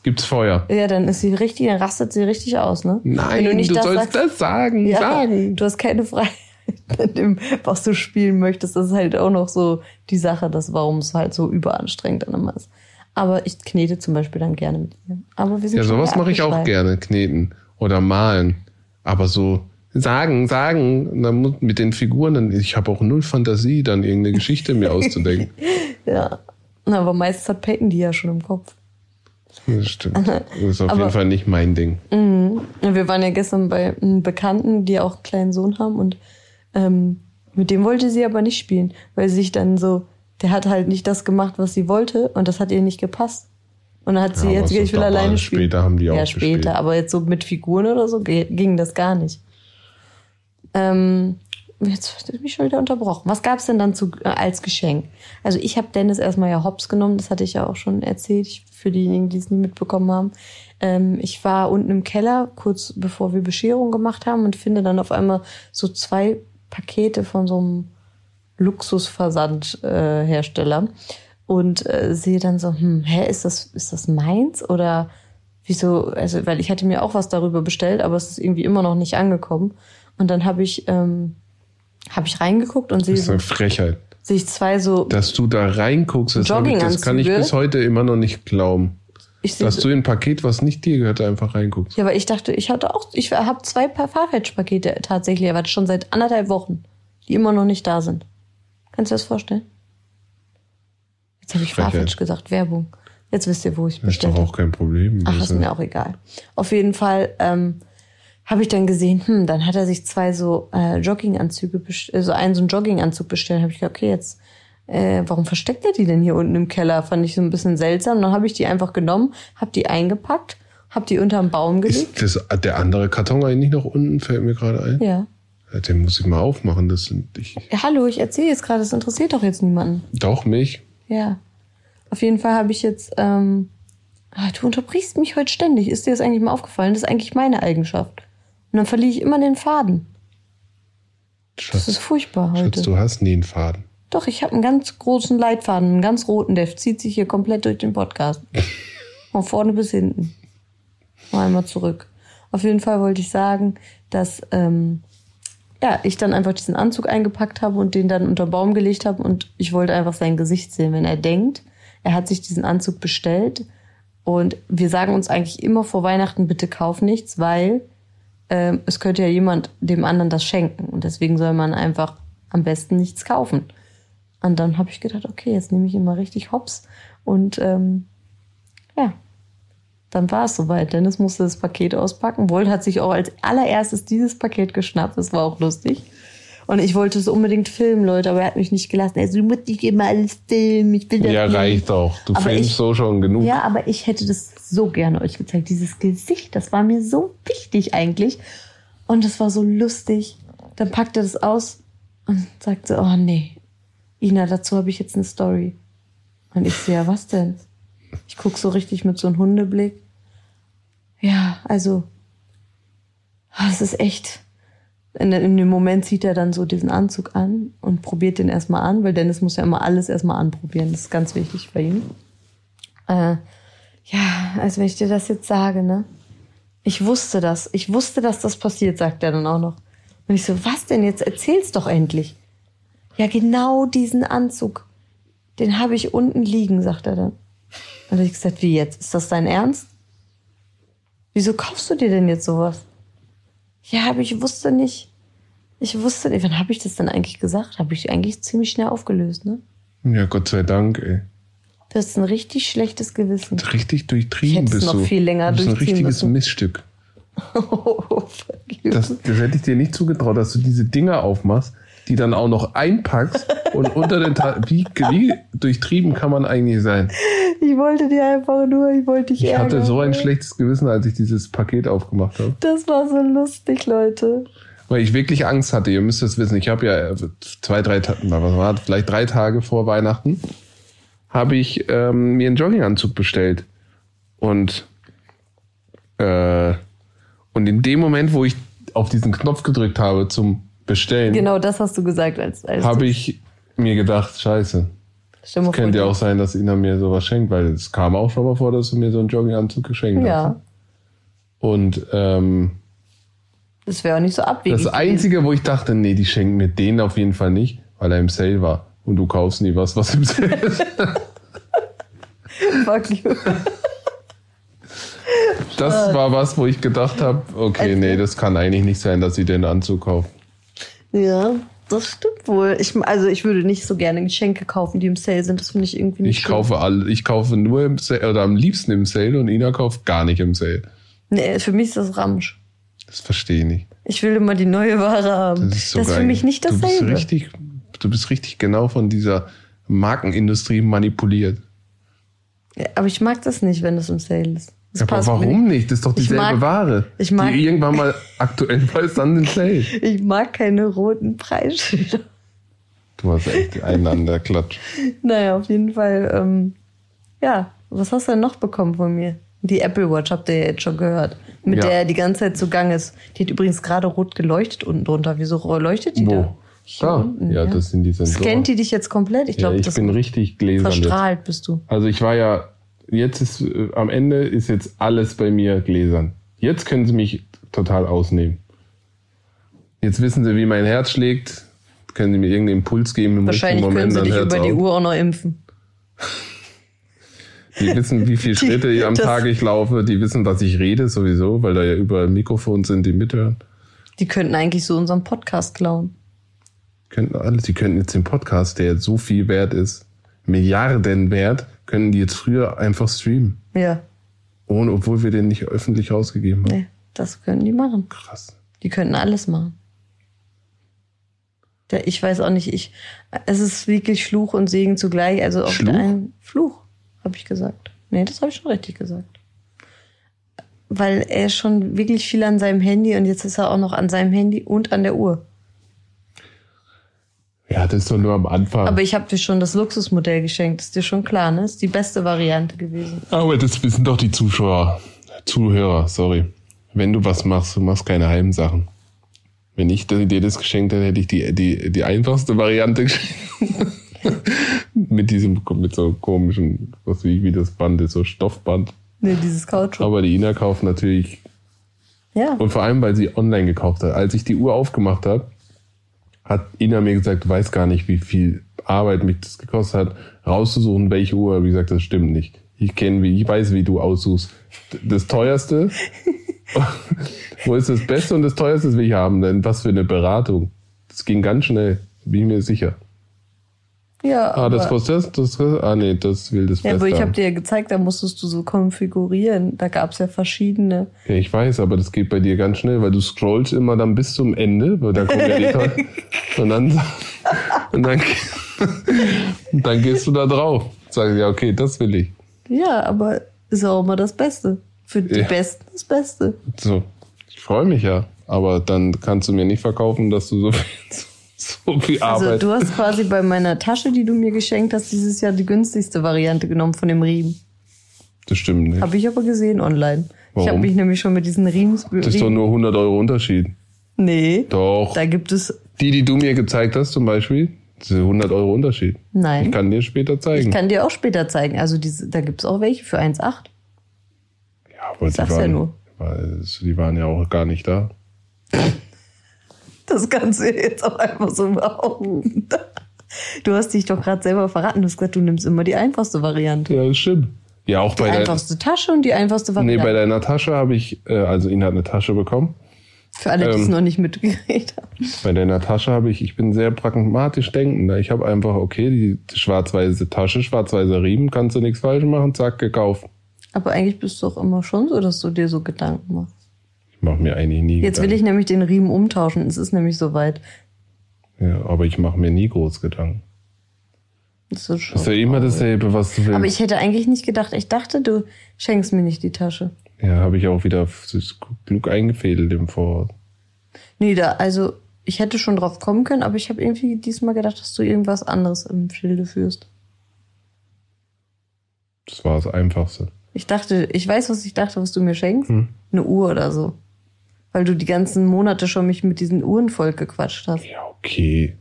Speaker 1: gibt's Feuer.
Speaker 2: ja, dann ist sie richtig, dann rastet sie richtig aus, ne?
Speaker 1: Nein, du, sollst das sagen,
Speaker 2: Ja,
Speaker 1: sagen.
Speaker 2: Du hast keine Freiheit in dem, was du spielen möchtest. Das ist halt auch noch so die Sache, dass warum es halt so überanstrengend dann immer ist. Aber ich knete zum Beispiel dann gerne mit ihr. Aber wir sind
Speaker 1: Ja,
Speaker 2: schon
Speaker 1: sowas
Speaker 2: wieder
Speaker 1: mache ich auch
Speaker 2: abgeschweift.
Speaker 1: gerne, kneten oder malen. Aber so sagen, sagen, und dann mu- mit den Figuren, dann, ich habe auch null Fantasie, dann irgendeine Geschichte mir auszudenken.
Speaker 2: Ja. Na, aber meistens hat Peyton die ja schon im Kopf.
Speaker 1: Das stimmt. Das ist auf
Speaker 2: Aber-
Speaker 1: jeden Fall nicht mein Ding.
Speaker 2: Ja, Wir waren ja gestern bei einem Bekannten, die auch einen kleinen Sohn haben und ähm, mit dem wollte sie aber nicht spielen, weil sie sich dann so, der hat halt nicht das gemacht, was sie wollte und das hat ihr nicht gepasst. Und dann hat sie
Speaker 1: Ja, aber
Speaker 2: jetzt,
Speaker 1: es ist
Speaker 2: ich will
Speaker 1: normal.
Speaker 2: alleine spielen.
Speaker 1: Später haben die auch
Speaker 2: Ja,
Speaker 1: gespielt.
Speaker 2: später, aber jetzt so mit Figuren oder so ge- ging das gar nicht. Ähm, jetzt hat ich mich schon wieder unterbrochen. Was gab's denn dann zu, äh, als Geschenk? Also ich habe Dennis erstmal ja hops genommen, das hatte ich ja auch schon erzählt, ich, für diejenigen, die es nie mitbekommen haben. Ähm, ich war unten im Keller, kurz bevor wir Bescherung gemacht haben und finde dann auf einmal so zwei Pakete von so einem Luxusversandhersteller äh, Hersteller. und äh, sehe dann so, hm, hä, ist das, ist das meins oder wieso, also weil ich hatte mir auch was darüber bestellt, aber es ist irgendwie immer noch nicht angekommen und dann habe ich, ähm, habe ich reingeguckt und sehe
Speaker 1: Das ist
Speaker 2: so,
Speaker 1: eine Frechheit.
Speaker 2: sehe ich zwei so,
Speaker 1: Dass du da reinguckst, das, hab ich, das kann ich
Speaker 2: Jogginganzüge?
Speaker 1: bis heute immer noch nicht glauben.
Speaker 2: ich sehe
Speaker 1: Dass
Speaker 2: so,
Speaker 1: du in ein Paket, was nicht dir gehört, einfach reinguckst.
Speaker 2: ja, aber ich dachte, ich hatte auch, ich habe zwei paar Fahrradpakete tatsächlich erwartet, schon seit anderthalb Wochen, die immer noch nicht da sind. Kannst du dir das vorstellen? Jetzt habe ich
Speaker 1: Frechheit.
Speaker 2: Farfetch gesagt, Werbung. Jetzt wisst ihr, wo
Speaker 1: Das
Speaker 2: ich
Speaker 1: ist doch
Speaker 2: bestellt habe.
Speaker 1: auch kein Problem.
Speaker 2: Ach,
Speaker 1: Das
Speaker 2: ist mir auch egal. Auf jeden Fall ähm, habe ich dann gesehen, hm, dann hat er sich zwei so äh, Jogginganzüge, best- also einen so einen Jogginganzug bestellt. Habe ich gedacht, okay, jetzt, äh, warum versteckt er die denn hier unten im Keller? Fand ich so ein bisschen seltsam. Dann habe ich die einfach genommen, habe die eingepackt, habe die unterm Baum gelegt.
Speaker 1: ist das, ah, der andere Karton eigentlich noch unten, fällt mir gerade ein.
Speaker 2: Ja.
Speaker 1: Den muss ich mal aufmachen. Das sind ich,
Speaker 2: ja. Hallo, ich erzähle jetzt gerade, das interessiert doch jetzt niemanden.
Speaker 1: doch mich.
Speaker 2: Ja. Auf jeden Fall habe ich jetzt. Ähm, ah, du unterbrichst mich heute ständig. Ist dir das eigentlich mal aufgefallen? Das ist eigentlich meine Eigenschaft. Und dann verliere ich immer den Faden. Das
Speaker 1: Schatz,
Speaker 2: ist furchtbar heute.
Speaker 1: Schatz, du hast nie einen Faden.
Speaker 2: Doch, ich habe einen ganz großen Leitfaden, einen ganz roten, der zieht sich hier komplett durch den Podcast. Von vorne bis hinten. Mal einmal zurück. Auf jeden Fall wollte ich sagen, dass ähm, ja, ich dann einfach diesen Anzug eingepackt habe und den dann unter den Baum gelegt habe und ich wollte einfach sein Gesicht sehen, wenn er denkt, er hat sich diesen Anzug bestellt und wir sagen uns eigentlich immer vor Weihnachten, bitte kauf nichts, weil ähm, es könnte ja jemand dem anderen das schenken. Und deswegen soll man einfach am besten nichts kaufen. Und dann habe ich gedacht, okay, jetzt nehme ich ihn mal richtig hops. Und ähm, ja, dann war es soweit. Dennis musste das Paket auspacken. Wolt hat sich auch als allererstes dieses Paket geschnappt. Das war auch lustig. Und ich wollte es unbedingt filmen, Leute, aber er hat mich nicht gelassen. Also, du musst nicht immer alles filmen. Ich bin
Speaker 1: Ja, reicht auch. Du
Speaker 2: Aber
Speaker 1: filmst
Speaker 2: ich-
Speaker 1: so schon genug.
Speaker 2: ja, aber ich hätte das so gerne euch gezeigt. Dieses Gesicht, das war mir so wichtig eigentlich. Und das war so lustig. Dann packt er das aus und sagt so, oh nee, Ina, dazu habe ich jetzt eine Story. Und ich so, ja, was denn? Ich guck so richtig mit so einem Hundeblick. Ja, also, ah, es ist echt. In, in dem Moment zieht er dann so diesen Anzug an und probiert den erstmal an, weil Dennis muss ja immer alles erstmal anprobieren. Das ist ganz wichtig bei ihm. Äh, ja, also wenn ich dir das jetzt sage, ne? Ich wusste das. Ich wusste, dass das passiert, sagt er dann auch noch. Und ich so, was denn jetzt? Erzähl's doch endlich. Ja, genau diesen Anzug. Den habe ich unten liegen, sagt er dann. Und ich gesagt, wie jetzt? Ist das dein Ernst? Wieso kaufst du dir denn jetzt sowas? Ja, aber ich wusste nicht. Ich wusste nicht. Wann habe ich das denn eigentlich gesagt? Habe ich eigentlich ziemlich schnell aufgelöst, ne?
Speaker 1: Ja, Gott sei Dank, ey.
Speaker 2: Du hast ein richtig schlechtes Gewissen.
Speaker 1: Richtig
Speaker 2: Ich
Speaker 1: durchtrieben
Speaker 2: hätte es
Speaker 1: bist
Speaker 2: noch
Speaker 1: du.
Speaker 2: viel länger
Speaker 1: du bist ein
Speaker 2: durchziehen
Speaker 1: richtiges
Speaker 2: müssen.
Speaker 1: Missstück.
Speaker 2: Oh, fuck you.
Speaker 1: Das, das hätte ich dir nicht zugetraut, dass du diese Dinger aufmachst, die dann auch noch einpackst und unter den Ta wie, wie durchtrieben kann man eigentlich sein?
Speaker 2: ich wollte dir einfach nur, ich wollte dich
Speaker 1: Ich hatte
Speaker 2: ärgern. ne?
Speaker 1: so ein schlechtes Gewissen, als ich dieses Paket aufgemacht habe.
Speaker 2: Das war so lustig, Leute.
Speaker 1: Weil ich wirklich Angst hatte, ihr müsst es wissen. Ich habe ja äh, zwei, drei Tage, was war, das? vielleicht drei Tage vor Weihnachten, habe ich ähm, mir einen Jogginganzug bestellt. Und, äh, und in dem Moment, wo ich auf diesen Knopf gedrückt habe zum Bestellen,
Speaker 2: Genau das hast du gesagt, als, als
Speaker 1: habe ich mir gedacht, scheiße,
Speaker 2: Stimme vor
Speaker 1: könnte ja
Speaker 2: dir.
Speaker 1: auch sein, dass Ina mir sowas schenkt, weil es kam auch schon mal vor, dass du mir so einen Jogginganzug geschenkt hast.
Speaker 2: Ja,
Speaker 1: Und ähm,
Speaker 2: das wäre auch nicht so abwegig.
Speaker 1: Das Einzige, wo ich dachte, nee, die schenken mir den auf jeden Fall nicht, weil er im Sale war. Und du kaufst nie was, was im Sale ist.
Speaker 2: gewesen. Fuck you.
Speaker 1: Das war was, wo ich gedacht habe, okay,
Speaker 2: Also
Speaker 1: nee, das kann eigentlich nicht sein, dass sie den Anzug kaufen.
Speaker 2: Ja, das stimmt wohl. Ich, also ich würde nicht so gerne Geschenke kaufen, die im Sale sind. Das finde ich irgendwie nicht
Speaker 1: Ich
Speaker 2: schön.
Speaker 1: kaufe, all, ich kaufe nur im Sale, oder am liebsten im Sale und Ina kauft gar nicht im Sale.
Speaker 2: Nee, für mich ist das Ramsch.
Speaker 1: Das verstehe ich nicht.
Speaker 2: Ich will immer die neue Ware haben.
Speaker 1: Das
Speaker 2: Das
Speaker 1: ist,
Speaker 2: ist,
Speaker 1: so geil.
Speaker 2: für mich nicht
Speaker 1: Du
Speaker 2: dasselbe.
Speaker 1: bist, richtig, du bist richtig genau von dieser Markenindustrie manipuliert.
Speaker 2: Ja, aber ich mag das nicht, wenn das im Sale ist. Das
Speaker 1: Ja, aber
Speaker 2: mir
Speaker 1: warum nicht? Das ist doch
Speaker 2: Ich
Speaker 1: dieselbe
Speaker 2: mag-
Speaker 1: Ware,
Speaker 2: ich mag-
Speaker 1: die irgendwann mal aktuell war, ist dann im Sale.
Speaker 2: nicht. Ich mag keine roten Preisschilder.
Speaker 1: Du hast echt einen an der Klatsch.
Speaker 2: Naja, auf jeden Fall. Ähm, ja, was hast du denn noch bekommen von mir? Die Apple Watch habt ihr ja jetzt schon gehört. Mit
Speaker 1: Ja.
Speaker 2: der er die ganze Zeit zugange ist. Die hat übrigens gerade rot geleuchtet unten drunter. Wieso leuchtet die da?
Speaker 1: Wo?
Speaker 2: Hier
Speaker 1: Da.
Speaker 2: unten,
Speaker 1: ja, das sind die Sensoren.
Speaker 2: Scannt die dich jetzt komplett? Ich glaube,
Speaker 1: ja, ich
Speaker 2: das
Speaker 1: bin richtig gläsern jetzt.
Speaker 2: verstrahlt bist du.
Speaker 1: Also ich war ja, jetzt ist, äh, am Ende ist jetzt alles bei mir gläsern. Jetzt können sie mich total ausnehmen. Jetzt wissen sie, wie mein Herz schlägt. Können sie mir irgendeinen Impuls geben im
Speaker 2: Wahrscheinlich
Speaker 1: richtigen
Speaker 2: können
Speaker 1: Moment,
Speaker 2: sie dich
Speaker 1: dann hört's
Speaker 2: über die
Speaker 1: auf.
Speaker 2: Uhr auch noch impfen.
Speaker 1: Die wissen, wie viele Schritte ich am
Speaker 2: das-
Speaker 1: Tag ich laufe. Die wissen, dass ich rede sowieso, weil da ja überall Mikrofone sind, die mithören.
Speaker 2: Die könnten eigentlich so unseren Podcast klauen.
Speaker 1: könnten alles, die könnten jetzt den Podcast, der jetzt so viel wert ist, Milliarden wert, könnten die jetzt früher einfach streamen.
Speaker 2: Ja,
Speaker 1: Ohne, obwohl wir den nicht öffentlich rausgegeben haben.
Speaker 2: nee, das könnten die machen.
Speaker 1: Krass.
Speaker 2: Die könnten alles machen. Ja, ich weiß auch nicht, ich. Es ist wirklich Fluch und Segen zugleich. Also auf
Speaker 1: Schluch?
Speaker 2: der einen Fluch, habe ich gesagt. Nee, das habe ich schon richtig gesagt. Weil er ist schon wirklich viel an seinem Handy und jetzt ist er auch noch an seinem Handy und an der Uhr.
Speaker 1: Ja, das ist doch nur am Anfang.
Speaker 2: Aber
Speaker 1: Aber,
Speaker 2: ich habe dir schon das Luxusmodell geschenkt, ist dir schon klar, ne? Ist die beste Variante gewesen.
Speaker 1: das wissen doch die Zuschauer. Zuhörer, sorry. Wenn du was machst, du machst keine halben Sachen. Wenn ich dir das geschenkt hätte, hätte ich die, die, die einfachste Variante geschenkt. mit diesem, mit so komischen, was wie, wie das Band ist, so Stoffband.
Speaker 2: Ne, dieses Kautschuk.
Speaker 1: Aber die Ina kauft natürlich
Speaker 2: Ja.
Speaker 1: Und vor allem, weil sie online gekauft hat. Als ich die Uhr aufgemacht habe, hat Ina mir gesagt, du weißt gar nicht, wie viel Arbeit mich das gekostet hat, rauszusuchen, welche Uhr. Hab ich gesagt, das stimmt nicht. Ich kenne, wie, ich weiß, wie du aussuchst. D- Das teuerste, wo ist das Beste und das teuerste das will ich haben? Denn was für eine Beratung. Das ging ganz schnell, bin ich mir sicher.
Speaker 2: Ja,
Speaker 1: Ah, das
Speaker 2: aber,
Speaker 1: kostet das, das kostet, ah nee, das will das
Speaker 2: ja, aber
Speaker 1: Beste.
Speaker 2: ich habe
Speaker 1: haben.
Speaker 2: dir ja gezeigt, da musstest du so konfigurieren. Da gab's ja verschiedene.
Speaker 1: Ja, ich weiß, aber das geht bei dir ganz schnell, weil du scrollst immer dann bis zum Ende, weil da kommt ja die Teil- und dann, und dann, und dann gehst du da drauf. Sagst, ja, okay, das will ich.
Speaker 2: Ja, aber ist auch immer das Beste. Für die
Speaker 1: Ja.
Speaker 2: Besten das Beste.
Speaker 1: So, ich freue mich ja, aber dann kannst du mir nicht verkaufen, dass du so viel, so viel
Speaker 2: Also
Speaker 1: Arbeit.
Speaker 2: du hast quasi bei meiner Tasche, die du mir geschenkt hast, dieses Jahr die günstigste Variante genommen von dem Riemen.
Speaker 1: das stimmt nicht.
Speaker 2: Habe ich aber gesehen online. Ich habe
Speaker 1: Warum?
Speaker 2: mich nämlich schon mit diesen Riemen...
Speaker 1: Das ist doch nur 100 Euro Unterschied.
Speaker 2: nee,
Speaker 1: Doch.
Speaker 2: da gibt es...
Speaker 1: Die, die du mir gezeigt hast zum Beispiel, das ist 100 Euro Unterschied.
Speaker 2: Nein.
Speaker 1: Ich kann dir später zeigen.
Speaker 2: Ich kann dir auch später zeigen. Also diese, da gibt's auch welche für 1,8.
Speaker 1: ja, aber die
Speaker 2: sag's ja
Speaker 1: waren,
Speaker 2: nur.
Speaker 1: weil die waren ja auch gar nicht da.
Speaker 2: Das kannst du jetzt auch einfach so behaupten. Du hast dich doch gerade selber verraten. Du hast gesagt, du nimmst immer die einfachste Variante.
Speaker 1: Ja, das stimmt. Ja, auch
Speaker 2: Die
Speaker 1: bei, der,
Speaker 2: einfachste Tasche und die einfachste
Speaker 1: nee,
Speaker 2: Variante.
Speaker 1: bei deiner Tasche habe ich, äh, also ihn hat eine Tasche bekommen.
Speaker 2: Für alle, die es
Speaker 1: Ähm.
Speaker 2: noch nicht mitgekriegt haben.
Speaker 1: Bei der Natascha habe ich, ich bin sehr pragmatisch denkender. Ich habe einfach, okay, die schwarz-weiße Tasche, schwarz-weißer Riemen, kannst du nichts falsch machen, zack, gekauft.
Speaker 2: Aber eigentlich bist du doch immer schon so, dass du dir so Gedanken machst.
Speaker 1: Ich mache mir eigentlich nie
Speaker 2: Jetzt will ich
Speaker 1: Gedanken.
Speaker 2: nämlich den Riemen umtauschen. Es ist nämlich soweit.
Speaker 1: Ja, aber ich mache mir nie groß Gedanken.
Speaker 2: Das ist
Speaker 1: Das
Speaker 2: schon
Speaker 1: ist ja immer dasselbe, was du willst.
Speaker 2: Oh, Aber ich hätte eigentlich nicht gedacht. Ich dachte, du schenkst mir nicht die Tasche.
Speaker 1: ja, habe ich auch wieder s- klug eingefädelt im Voraus.
Speaker 2: Nee, da, also ich hätte schon drauf kommen können, aber ich habe irgendwie diesmal gedacht, dass du irgendwas anderes im Schilde führst.
Speaker 1: Das war das Einfachste.
Speaker 2: Ich dachte, ich weiß, was ich dachte, was du mir schenkst.
Speaker 1: Hm.
Speaker 2: Eine Uhr oder so. Weil du die ganzen Monate schon mich mit diesen Uhren voll gequatscht hast.
Speaker 1: Ja, okay.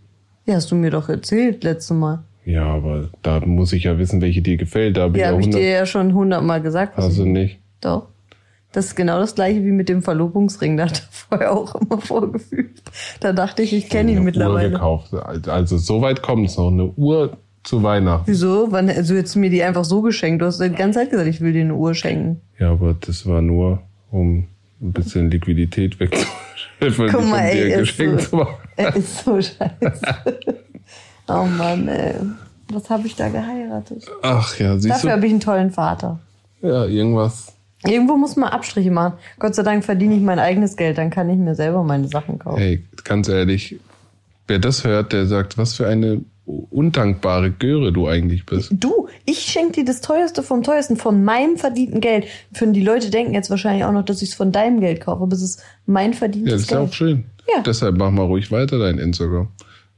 Speaker 2: Ja, hast du mir doch erzählt letztes Mal.
Speaker 1: Ja, aber da muss ich ja wissen, welche dir gefällt. Da bin
Speaker 2: Ja,
Speaker 1: ich
Speaker 2: habe
Speaker 1: auch
Speaker 2: ich dir
Speaker 1: hundert- Also
Speaker 2: ja schon hundertmal gesagt. was
Speaker 1: Hast du
Speaker 2: ich-
Speaker 1: nicht.
Speaker 2: Doch. Das ist genau das gleiche wie mit dem Verlobungsring. Da hat er vorher auch immer vorgefühlt. Da dachte ich, ich kenne ihn
Speaker 1: Eine Uhr
Speaker 2: mittlerweile.
Speaker 1: gekauft. Also so weit kommt es noch. Eine Uhr zu Weihnachten.
Speaker 2: Wieso? Wann, also jetzt mir die einfach so geschenkt. Du hast die ganze Zeit gesagt, ich will dir eine Uhr schenken.
Speaker 1: Ja, aber das war nur, um ein bisschen Liquidität wegzuschöpfen, die
Speaker 2: Guck
Speaker 1: von
Speaker 2: mal, ey,
Speaker 1: dir
Speaker 2: ist
Speaker 1: geschenkt
Speaker 2: so.
Speaker 1: war.
Speaker 2: Er ist so scheiße. oh Mann, ey. Was habe ich da geheiratet?
Speaker 1: Ach ja, siehst
Speaker 2: Dafür habe ich einen tollen Vater.
Speaker 1: du? Ja, irgendwas.
Speaker 2: Irgendwo muss man Abstriche machen. Gott sei Dank verdiene ich mein eigenes Geld, dann kann ich mir selber meine Sachen kaufen.
Speaker 1: Hey, ganz ehrlich, wer das hört, der sagt, was für eine undankbare Göre du eigentlich bist.
Speaker 2: Du, ich schenke dir das teuerste vom teuersten, von meinem verdienten Geld. Für die Leute denken jetzt wahrscheinlich auch noch, dass ich es von deinem Geld kaufe, aber es ist mein
Speaker 1: Ja, das
Speaker 2: verdientes
Speaker 1: ist ja auch
Speaker 2: Geld.
Speaker 1: schön.
Speaker 2: Ja.
Speaker 1: Deshalb mach mal ruhig weiter dein Instagram.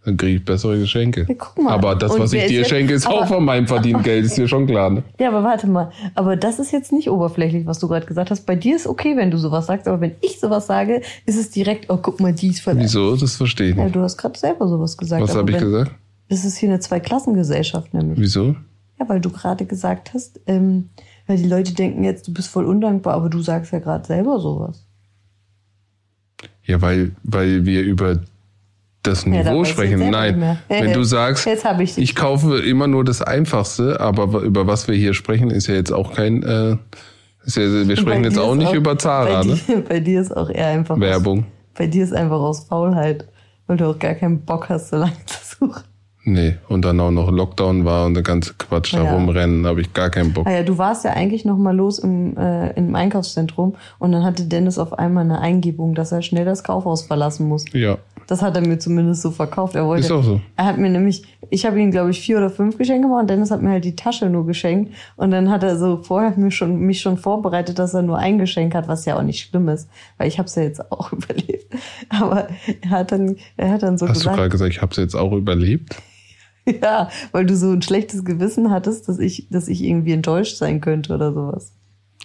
Speaker 1: Dann kriege ich bessere Geschenke.
Speaker 2: Ja, guck mal.
Speaker 1: Aber das,
Speaker 2: Und
Speaker 1: was
Speaker 2: wer
Speaker 1: ich
Speaker 2: ist
Speaker 1: dir
Speaker 2: jetzt-
Speaker 1: schenke, ist
Speaker 2: aber-
Speaker 1: auch von meinem verdienten Geld, ist dir schon klar. Ne?
Speaker 2: Ja, aber warte mal. Aber das ist jetzt nicht oberflächlich, was du gerade gesagt hast. Bei dir ist okay, wenn du sowas sagst, aber wenn ich sowas sage, ist es direkt, oh, guck mal, die ist von.
Speaker 1: Wieso? Das verstehe ich
Speaker 2: Ja,
Speaker 1: nicht.
Speaker 2: du hast gerade selber sowas gesagt.
Speaker 1: Was
Speaker 2: aber
Speaker 1: habe ich
Speaker 2: wenn-
Speaker 1: gesagt? Hm.
Speaker 2: Das ist hier eine Zweiklassengesellschaft nämlich.
Speaker 1: Wieso?
Speaker 2: Ja, weil du gerade gesagt hast, ähm, weil die Leute denken jetzt, du bist voll undankbar, aber du sagst ja gerade selber sowas.
Speaker 1: Ja, weil, weil wir über das
Speaker 2: Ja, da
Speaker 1: Niveau
Speaker 2: weiß ich
Speaker 1: sprechen.
Speaker 2: jetzt selber nicht
Speaker 1: Nein,
Speaker 2: mehr.
Speaker 1: wenn du sagst,
Speaker 2: Jetzt habe ich dich.
Speaker 1: ich kaufe immer nur das Einfachste, aber w- über was wir hier sprechen, ist ja jetzt auch kein. Äh, ist ja, wir sprechen
Speaker 2: Bei
Speaker 1: jetzt
Speaker 2: dir
Speaker 1: auch
Speaker 2: ist
Speaker 1: nicht über Zara,
Speaker 2: bei,
Speaker 1: ne?
Speaker 2: dir, bei dir ist auch eher einfach.
Speaker 1: Werbung.
Speaker 2: Aus, bei dir ist einfach aus Faulheit, weil du auch gar keinen Bock hast, so lange zu suchen.
Speaker 1: Nee, und dann auch noch Lockdown war und der ganze Quatsch
Speaker 2: Ja.
Speaker 1: da rumrennen, habe ich gar keinen Bock.
Speaker 2: Ah ja, du warst ja eigentlich noch mal los im, äh, im Einkaufszentrum und dann hatte Dennis auf einmal eine Eingebung, dass er schnell das Kaufhaus verlassen muss.
Speaker 1: Ja,
Speaker 2: Das hat er mir zumindest so verkauft. Er Also, wollte.
Speaker 1: Ist auch so.
Speaker 2: Er hat mir nämlich, ich habe ihm glaube ich vier oder fünf Geschenke gemacht und Dennis hat mir halt die Tasche nur geschenkt und dann hat er so vorher mir schon mich schon vorbereitet, dass er nur ein Geschenk hat, was ja auch nicht schlimm ist, weil ich habe es ja jetzt auch überlebt. Aber er hat dann, er hat dann so
Speaker 1: hast du
Speaker 2: gesagt,
Speaker 1: gerade gesagt, ich habe es jetzt auch überlebt?
Speaker 2: ja, weil du so ein schlechtes Gewissen hattest, dass ich, dass ich irgendwie enttäuscht sein könnte oder sowas.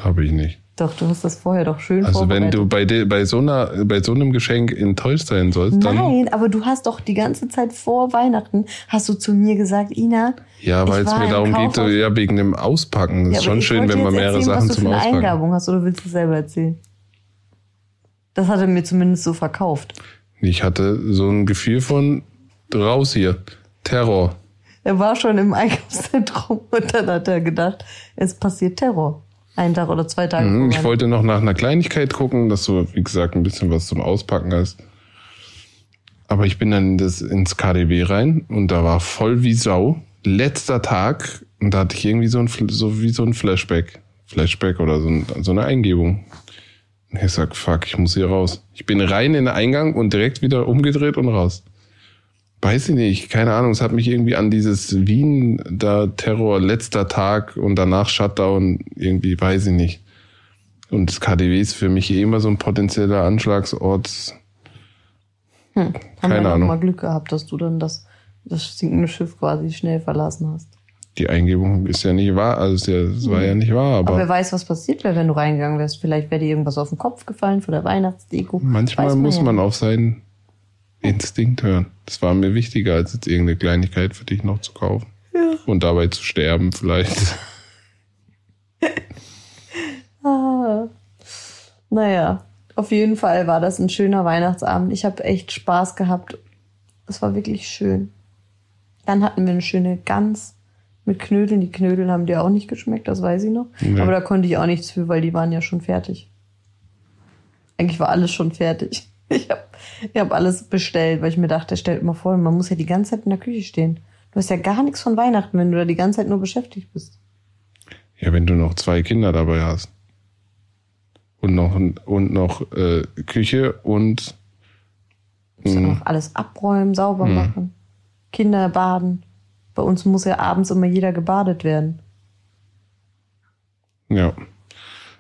Speaker 1: Habe ich nicht.
Speaker 2: Doch, du hast das vorher doch schön
Speaker 1: Also wenn
Speaker 2: vorbereitet.
Speaker 1: du bei, de, bei, so einer, bei so einem Geschenk enttäuscht sein sollst, dann
Speaker 2: Nein, aber du hast doch die ganze Zeit vor Weihnachten hast du zu mir gesagt, Ina,
Speaker 1: ja,
Speaker 2: ich
Speaker 1: weil es
Speaker 2: war
Speaker 1: mir
Speaker 2: im
Speaker 1: darum geht,
Speaker 2: Kaufhaus-
Speaker 1: ja wegen dem Auspacken.
Speaker 2: Ja,
Speaker 1: Ist
Speaker 2: aber
Speaker 1: schon
Speaker 2: ich
Speaker 1: schön,
Speaker 2: wollte
Speaker 1: wenn man
Speaker 2: jetzt
Speaker 1: mehrere
Speaker 2: erzählen,
Speaker 1: Sachen
Speaker 2: was du
Speaker 1: zum
Speaker 2: für eine
Speaker 1: Auspacken.
Speaker 2: Eingaben hast oder willst du es selber erzählen? Das hat er mir zumindest so verkauft.
Speaker 1: Ich hatte so ein Gefühl von raus hier. Terror.
Speaker 2: Er war schon im Einkaufszentrum und dann hat er gedacht, es passiert Terror. Ein Tag oder zwei Tage.
Speaker 1: Mhm,
Speaker 2: vor
Speaker 1: Ich
Speaker 2: Weihnachten.
Speaker 1: wollte noch nach einer Kleinigkeit gucken, dass du, wie gesagt, ein bisschen was zum Auspacken hast. Aber ich bin dann in das, ins KDW rein und da war voll wie Sau. Letzter Tag und da hatte ich irgendwie so ein, Fl- so wie so ein Flashback. Flashback oder so, ein, so eine Eingebung. Und Ich sag, fuck, ich muss hier raus. Ich bin rein in den Eingang und direkt wieder umgedreht und raus. Weiß ich nicht, keine Ahnung. Es hat mich irgendwie an dieses Wien, da Terror, letzter Tag und danach Shutdown, irgendwie, weiß ich nicht. Und das KDW ist für mich eh immer so ein potenzieller Anschlagsort.
Speaker 2: Haben wir
Speaker 1: keine
Speaker 2: noch
Speaker 1: Ahnung.
Speaker 2: mal Glück gehabt, dass du dann das, das sinkende Schiff quasi schnell verlassen hast.
Speaker 1: Die Eingebung ist ja nicht wahr, also es ist ja, es war ja nicht wahr,
Speaker 2: Mhm. Aber,
Speaker 1: aber,
Speaker 2: wer weiß, was passiert wäre, wenn du reingegangen wärst. Vielleicht wäre dir irgendwas auf den Kopf gefallen von der Weihnachtsdeko.
Speaker 1: manchmal
Speaker 2: Weiß
Speaker 1: muss
Speaker 2: ja
Speaker 1: man
Speaker 2: nicht.
Speaker 1: auf seinen Instinkt hören. Das war mir wichtiger, als jetzt irgendeine Kleinigkeit für dich noch zu kaufen. Und dabei zu sterben vielleicht.
Speaker 2: Ah. Naja, auf jeden Fall war das ein schöner Weihnachtsabend. Ich habe echt Spaß gehabt. Es war wirklich schön. Dann hatten wir eine schöne Gans mit Knödeln. Die Knödel haben dir auch nicht geschmeckt, das weiß ich noch.
Speaker 1: Nee.
Speaker 2: Aber da konnte ich auch nichts für, weil die waren ja schon fertig. Eigentlich war alles schon fertig. Ich habe ich hab alles bestellt, weil ich mir dachte, stellt mal vor, man muss ja die ganze Zeit in der Küche stehen. Du hast ja gar nichts von Weihnachten, wenn du da die ganze Zeit nur beschäftigt bist.
Speaker 1: Ja, wenn du noch zwei Kinder dabei hast. Und noch, und noch äh, Küche und
Speaker 2: Du musst ja
Speaker 1: Mhm.
Speaker 2: noch alles abräumen, sauber
Speaker 1: Mhm.
Speaker 2: machen. Kinder baden. Bei uns muss ja abends immer jeder gebadet werden.
Speaker 1: ja.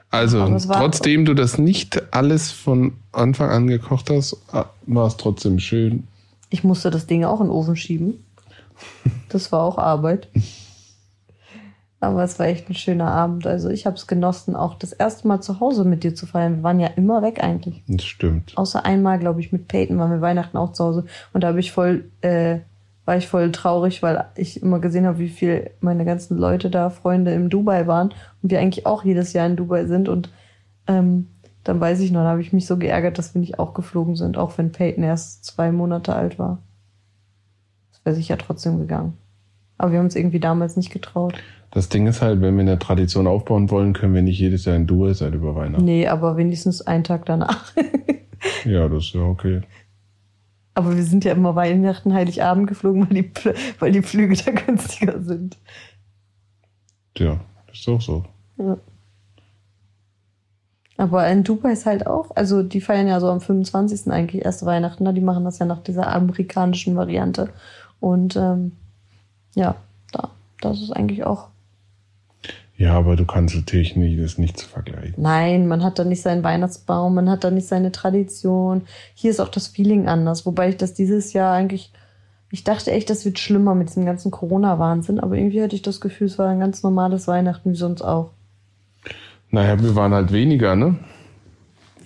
Speaker 1: Also,
Speaker 2: Aber es war-
Speaker 1: trotzdem du das nicht alles von Anfang an gekocht hast, ah, war es trotzdem schön.
Speaker 2: Ich musste das Ding auch in den Ofen schieben. Das war auch Arbeit. Aber es war echt ein schöner Abend. Also ich habe es genossen, auch das erste Mal zu Hause mit dir zu feiern. Wir waren ja immer weg eigentlich.
Speaker 1: Das stimmt.
Speaker 2: Außer einmal, glaube ich, mit Peyton waren wir Weihnachten auch zu Hause. Und da habe ich voll, äh, war ich voll traurig, weil ich immer gesehen habe, wie viel meine ganzen Leute da, Freunde in Dubai waren. Und wir eigentlich auch jedes Jahr in Dubai sind. Und ähm, dann weiß ich noch, da habe ich mich so geärgert, dass wir nicht auch geflogen sind, auch wenn Peyton erst zwei Monate alt war. Das wäre sicher trotzdem gegangen. Aber wir haben uns irgendwie damals nicht getraut.
Speaker 1: Das Ding ist halt, wenn wir eine Tradition aufbauen wollen, können wir nicht jedes Jahr in Duo sein über Weihnachten.
Speaker 2: Nee, aber wenigstens einen Tag danach.
Speaker 1: Ja, das ist ja okay.
Speaker 2: Aber wir sind ja immer Weihnachten, Heiligabend geflogen, weil die, Pl- weil die Flüge da günstiger sind.
Speaker 1: Ja, ist auch so.
Speaker 2: Aber in Dubai ist halt auch, also die feiern ja so am 25. eigentlich erste Weihnachten, ne? die machen das ja nach dieser amerikanischen Variante. Und ähm, ja, da, das ist eigentlich auch.
Speaker 1: Ja, aber du kannst natürlich nicht, das ist nicht zu vergleichen.
Speaker 2: Nein, man hat da nicht seinen Weihnachtsbaum, man hat da nicht seine Tradition. Hier ist auch das Feeling anders, wobei ich das dieses Jahr eigentlich, ich dachte echt, das wird schlimmer mit diesem ganzen Corona-Wahnsinn, aber irgendwie hatte ich das Gefühl, es war ein ganz normales Weihnachten wie sonst auch.
Speaker 1: Naja, wir waren halt weniger, ne?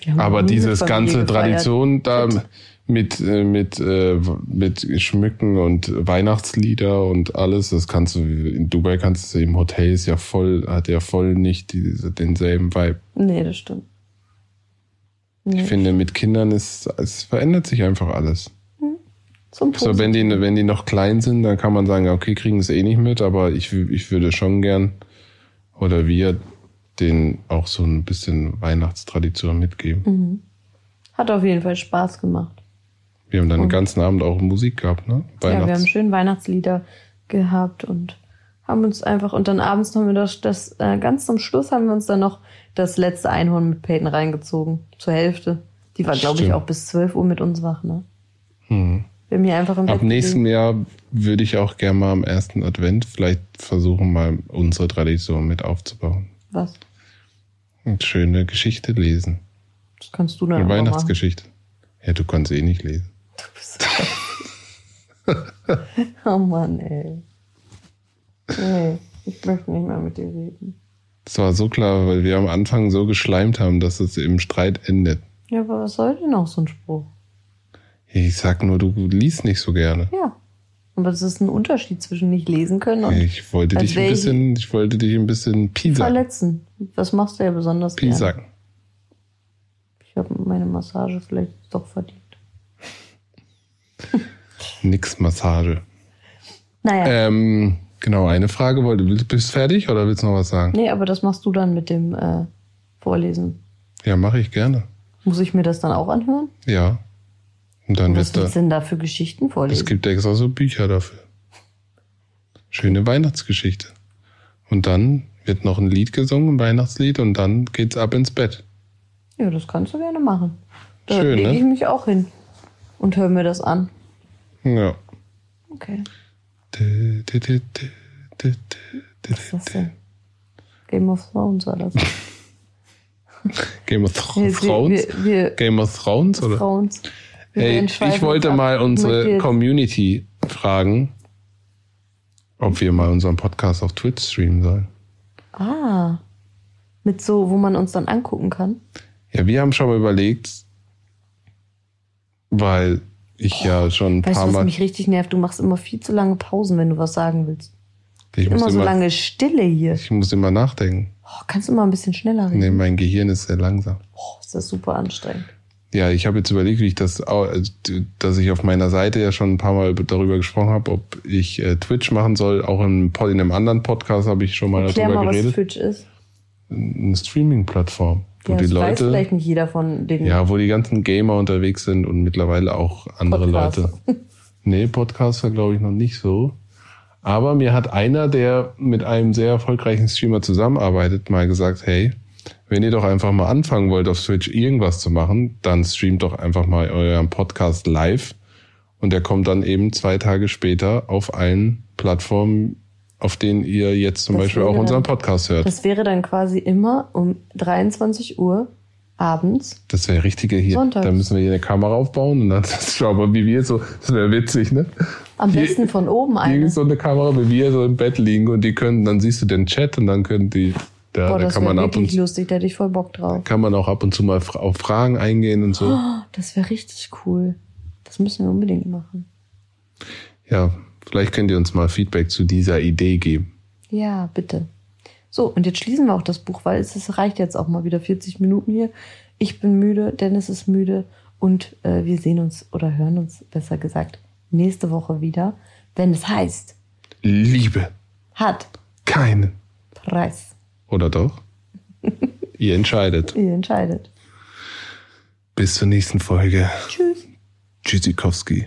Speaker 2: Wir haben
Speaker 1: Aber
Speaker 2: nie mit
Speaker 1: dieses
Speaker 2: Familie
Speaker 1: ganze
Speaker 2: gefeiert.
Speaker 1: Tradition da
Speaker 2: Shit.
Speaker 1: mit, äh, mit, äh, mit Schmücken und Weihnachtslieder und alles, das kannst du, in Dubai kannst du es im Hotel ist ja voll, hat ja voll nicht diese, denselben Vibe.
Speaker 2: Nee, das stimmt.
Speaker 1: Ich
Speaker 2: Nee,
Speaker 1: finde, mit Kindern ist, es verändert sich einfach alles.
Speaker 2: zum
Speaker 1: So, wenn die, wenn die noch klein sind, dann kann man sagen, okay, kriegen es eh nicht mit, aber ich, wü- ich würde schon gern oder wir den auch so ein bisschen Weihnachtstradition mitgeben.
Speaker 2: Mhm. Hat auf jeden Fall Spaß gemacht.
Speaker 1: Wir haben dann den
Speaker 2: Und-
Speaker 1: ganzen Abend auch Musik gehabt, ne?
Speaker 2: Mhm. Ja, wir haben
Speaker 1: Weihnachts.
Speaker 2: schön Weihnachtslieder gehabt und haben uns einfach und dann abends haben wir das, das äh, ganz zum Schluss haben wir uns dann noch das letzte Einhorn mit Peyton reingezogen zur Hälfte. Die war glaube ich
Speaker 1: Stimmt.
Speaker 2: auch bis 12 Uhr mit uns wach, ne?
Speaker 1: Hm.
Speaker 2: Wir haben hier einfach im
Speaker 1: Ab
Speaker 2: Bett
Speaker 1: nächsten
Speaker 2: gelegen.
Speaker 1: Jahr würde ich auch gerne mal am ersten Advent vielleicht versuchen, mal unsere Tradition mit aufzubauen.
Speaker 2: was?
Speaker 1: Und schöne Geschichte lesen.
Speaker 2: Das kannst du dann
Speaker 1: Eine
Speaker 2: einfach machen.
Speaker 1: Weihnachtsgeschichte. Ja, du kannst eh nicht lesen.
Speaker 2: Du bist so geil. Oh Mann, ey. Nee, ich möchte nicht mehr mit dir reden.
Speaker 1: Das war so klar, weil wir am Anfang so geschleimt haben, dass es im Streit endet.
Speaker 2: Ja, aber was soll denn auch so ein Spruch?
Speaker 1: Ich sag nur, du liest nicht so gerne.
Speaker 2: Ja. Aber es ist ein Unterschied zwischen nicht lesen können und
Speaker 1: Ich wollte
Speaker 2: Als
Speaker 1: dich ein
Speaker 2: wär Also ich-
Speaker 1: bisschen, ich wollte dich ein bisschen piesacken.
Speaker 2: verletzen. Das machst du ja besonders gerne.
Speaker 1: Piesacken.
Speaker 2: Ich habe meine Massage vielleicht doch verdient.
Speaker 1: Nix Massage.
Speaker 2: Naja.
Speaker 1: Ähm, genau, eine Frage wollte. willst- Bist du fertig oder willst du noch was sagen?
Speaker 2: Nee, aber das machst du dann mit dem äh, Vorlesen.
Speaker 1: Ja, mache ich gerne.
Speaker 2: Muss ich mir das dann auch anhören?
Speaker 1: Ja. Und dann
Speaker 2: Was
Speaker 1: wirst du.
Speaker 2: willst du denn da für Geschichten
Speaker 1: Es
Speaker 2: vorlesen?
Speaker 1: gibt extra so Bücher dafür. Schöne Weihnachtsgeschichte. Und dann wird noch ein Lied gesungen, ein Weihnachtslied, und dann geht's ab ins Bett.
Speaker 2: Ja, das kannst du gerne machen. Da
Speaker 1: Schön,
Speaker 2: lege
Speaker 1: ne?
Speaker 2: ich mich auch hin und höre mir das an.
Speaker 1: Ja.
Speaker 2: Okay.
Speaker 1: Dä, dä, dä, dä, dä, dä, dä.
Speaker 2: Was ist das denn? Game of Thrones war das.
Speaker 1: Game of Thro-
Speaker 2: Nee,
Speaker 1: Thrones?
Speaker 2: Wir, wir,
Speaker 1: Game of Thrones,
Speaker 2: wir
Speaker 1: oder?
Speaker 2: Thrones. Wir
Speaker 1: Hey,
Speaker 2: werden
Speaker 1: ich
Speaker 2: schweifen
Speaker 1: wollte
Speaker 2: ab.
Speaker 1: mal
Speaker 2: Ich möchte
Speaker 1: unsere
Speaker 2: jetzt-
Speaker 1: Community fragen, ob wir mal unseren Podcast auf Twitch streamen sollen.
Speaker 2: Ah. Mit so, wo man uns dann angucken kann.
Speaker 1: Ja, wir haben schon mal überlegt, weil ich ja schon ein
Speaker 2: Oh, Weißt
Speaker 1: paar
Speaker 2: du, was
Speaker 1: Mal.
Speaker 2: mich richtig nervt? Du machst immer viel zu lange Pausen, wenn du was sagen willst.
Speaker 1: Ich muss,
Speaker 2: Immer so
Speaker 1: immer,
Speaker 2: lange Stille hier.
Speaker 1: ich muss immer nachdenken.
Speaker 2: Oh, kannst du mal ein bisschen schneller reden?
Speaker 1: Nee, mein Gehirn ist sehr langsam.
Speaker 2: Oh, ist das super anstrengend.
Speaker 1: Ja, ich habe jetzt überlegt, wie ich das, au- äh, dass ich auf meiner Seite ja schon ein paar Mal darüber gesprochen habe, ob ich äh, Twitch machen soll. Auch im, Pod- in einem anderen Podcast habe ich schon mal
Speaker 2: Erklär
Speaker 1: darüber
Speaker 2: mal, was
Speaker 1: geredet.
Speaker 2: Twitch ist.
Speaker 1: eine Streaming-Plattform. Wo
Speaker 2: ja,
Speaker 1: die
Speaker 2: das weiß
Speaker 1: Leute-
Speaker 2: vielleicht nicht jeder von den.
Speaker 1: Ja, wo die ganzen Gamer unterwegs sind und mittlerweile auch andere
Speaker 2: Podcaster.
Speaker 1: Leute. Nee, Podcaster glaube ich noch nicht so. Aber mir hat einer, der mit einem sehr erfolgreichen Streamer zusammenarbeitet, mal gesagt, hey, wenn ihr doch einfach mal anfangen wollt, auf Switch irgendwas zu machen, dann streamt doch einfach mal euren Podcast live. Und der kommt dann eben zwei Tage später auf allen Plattformen, auf denen ihr jetzt zum
Speaker 2: Das
Speaker 1: Beispiel
Speaker 2: wäre
Speaker 1: auch
Speaker 2: dann-
Speaker 1: unseren Podcast hört.
Speaker 2: Das wäre dann quasi immer um 23 Uhr abends.
Speaker 1: Das wäre richtige hier.
Speaker 2: Sonntags.
Speaker 1: Da müssen wir hier eine Kamera aufbauen und dann schau mal, wie wir so, das wäre witzig, ne?
Speaker 2: Am
Speaker 1: Hier-
Speaker 2: besten von oben
Speaker 1: Irgend
Speaker 2: eine.
Speaker 1: so eine Kamera, wie wir so im Bett liegen und die können, dann siehst du den Chat und dann können die, da,
Speaker 2: Boah,
Speaker 1: da
Speaker 2: das
Speaker 1: kann
Speaker 2: wäre
Speaker 1: man ab und
Speaker 2: wirklich
Speaker 1: zu,
Speaker 2: lustig, da hätte ich voll Bock drauf.
Speaker 1: kann man auch ab und zu mal fra- auf Fragen eingehen und so.
Speaker 2: Oh, das wäre richtig cool. Das müssen wir unbedingt machen.
Speaker 1: Ja, vielleicht könnt ihr uns mal Feedback zu dieser Idee geben.
Speaker 2: Ja, bitte. So, und jetzt schließen wir auch das Buch, weil es, es reicht jetzt auch mal wieder 40 Minuten hier. Ich bin müde, Dennis ist müde und äh, wir sehen uns oder hören uns, besser gesagt, nächste Woche wieder, wenn es heißt,
Speaker 1: Liebe,
Speaker 2: hat
Speaker 1: keinen.
Speaker 2: Preis.
Speaker 1: Oder doch? ihr entscheidet.
Speaker 2: Ihr entscheidet.
Speaker 1: Bis zur nächsten Folge.
Speaker 2: Tschüss.
Speaker 1: Tschüssikowski.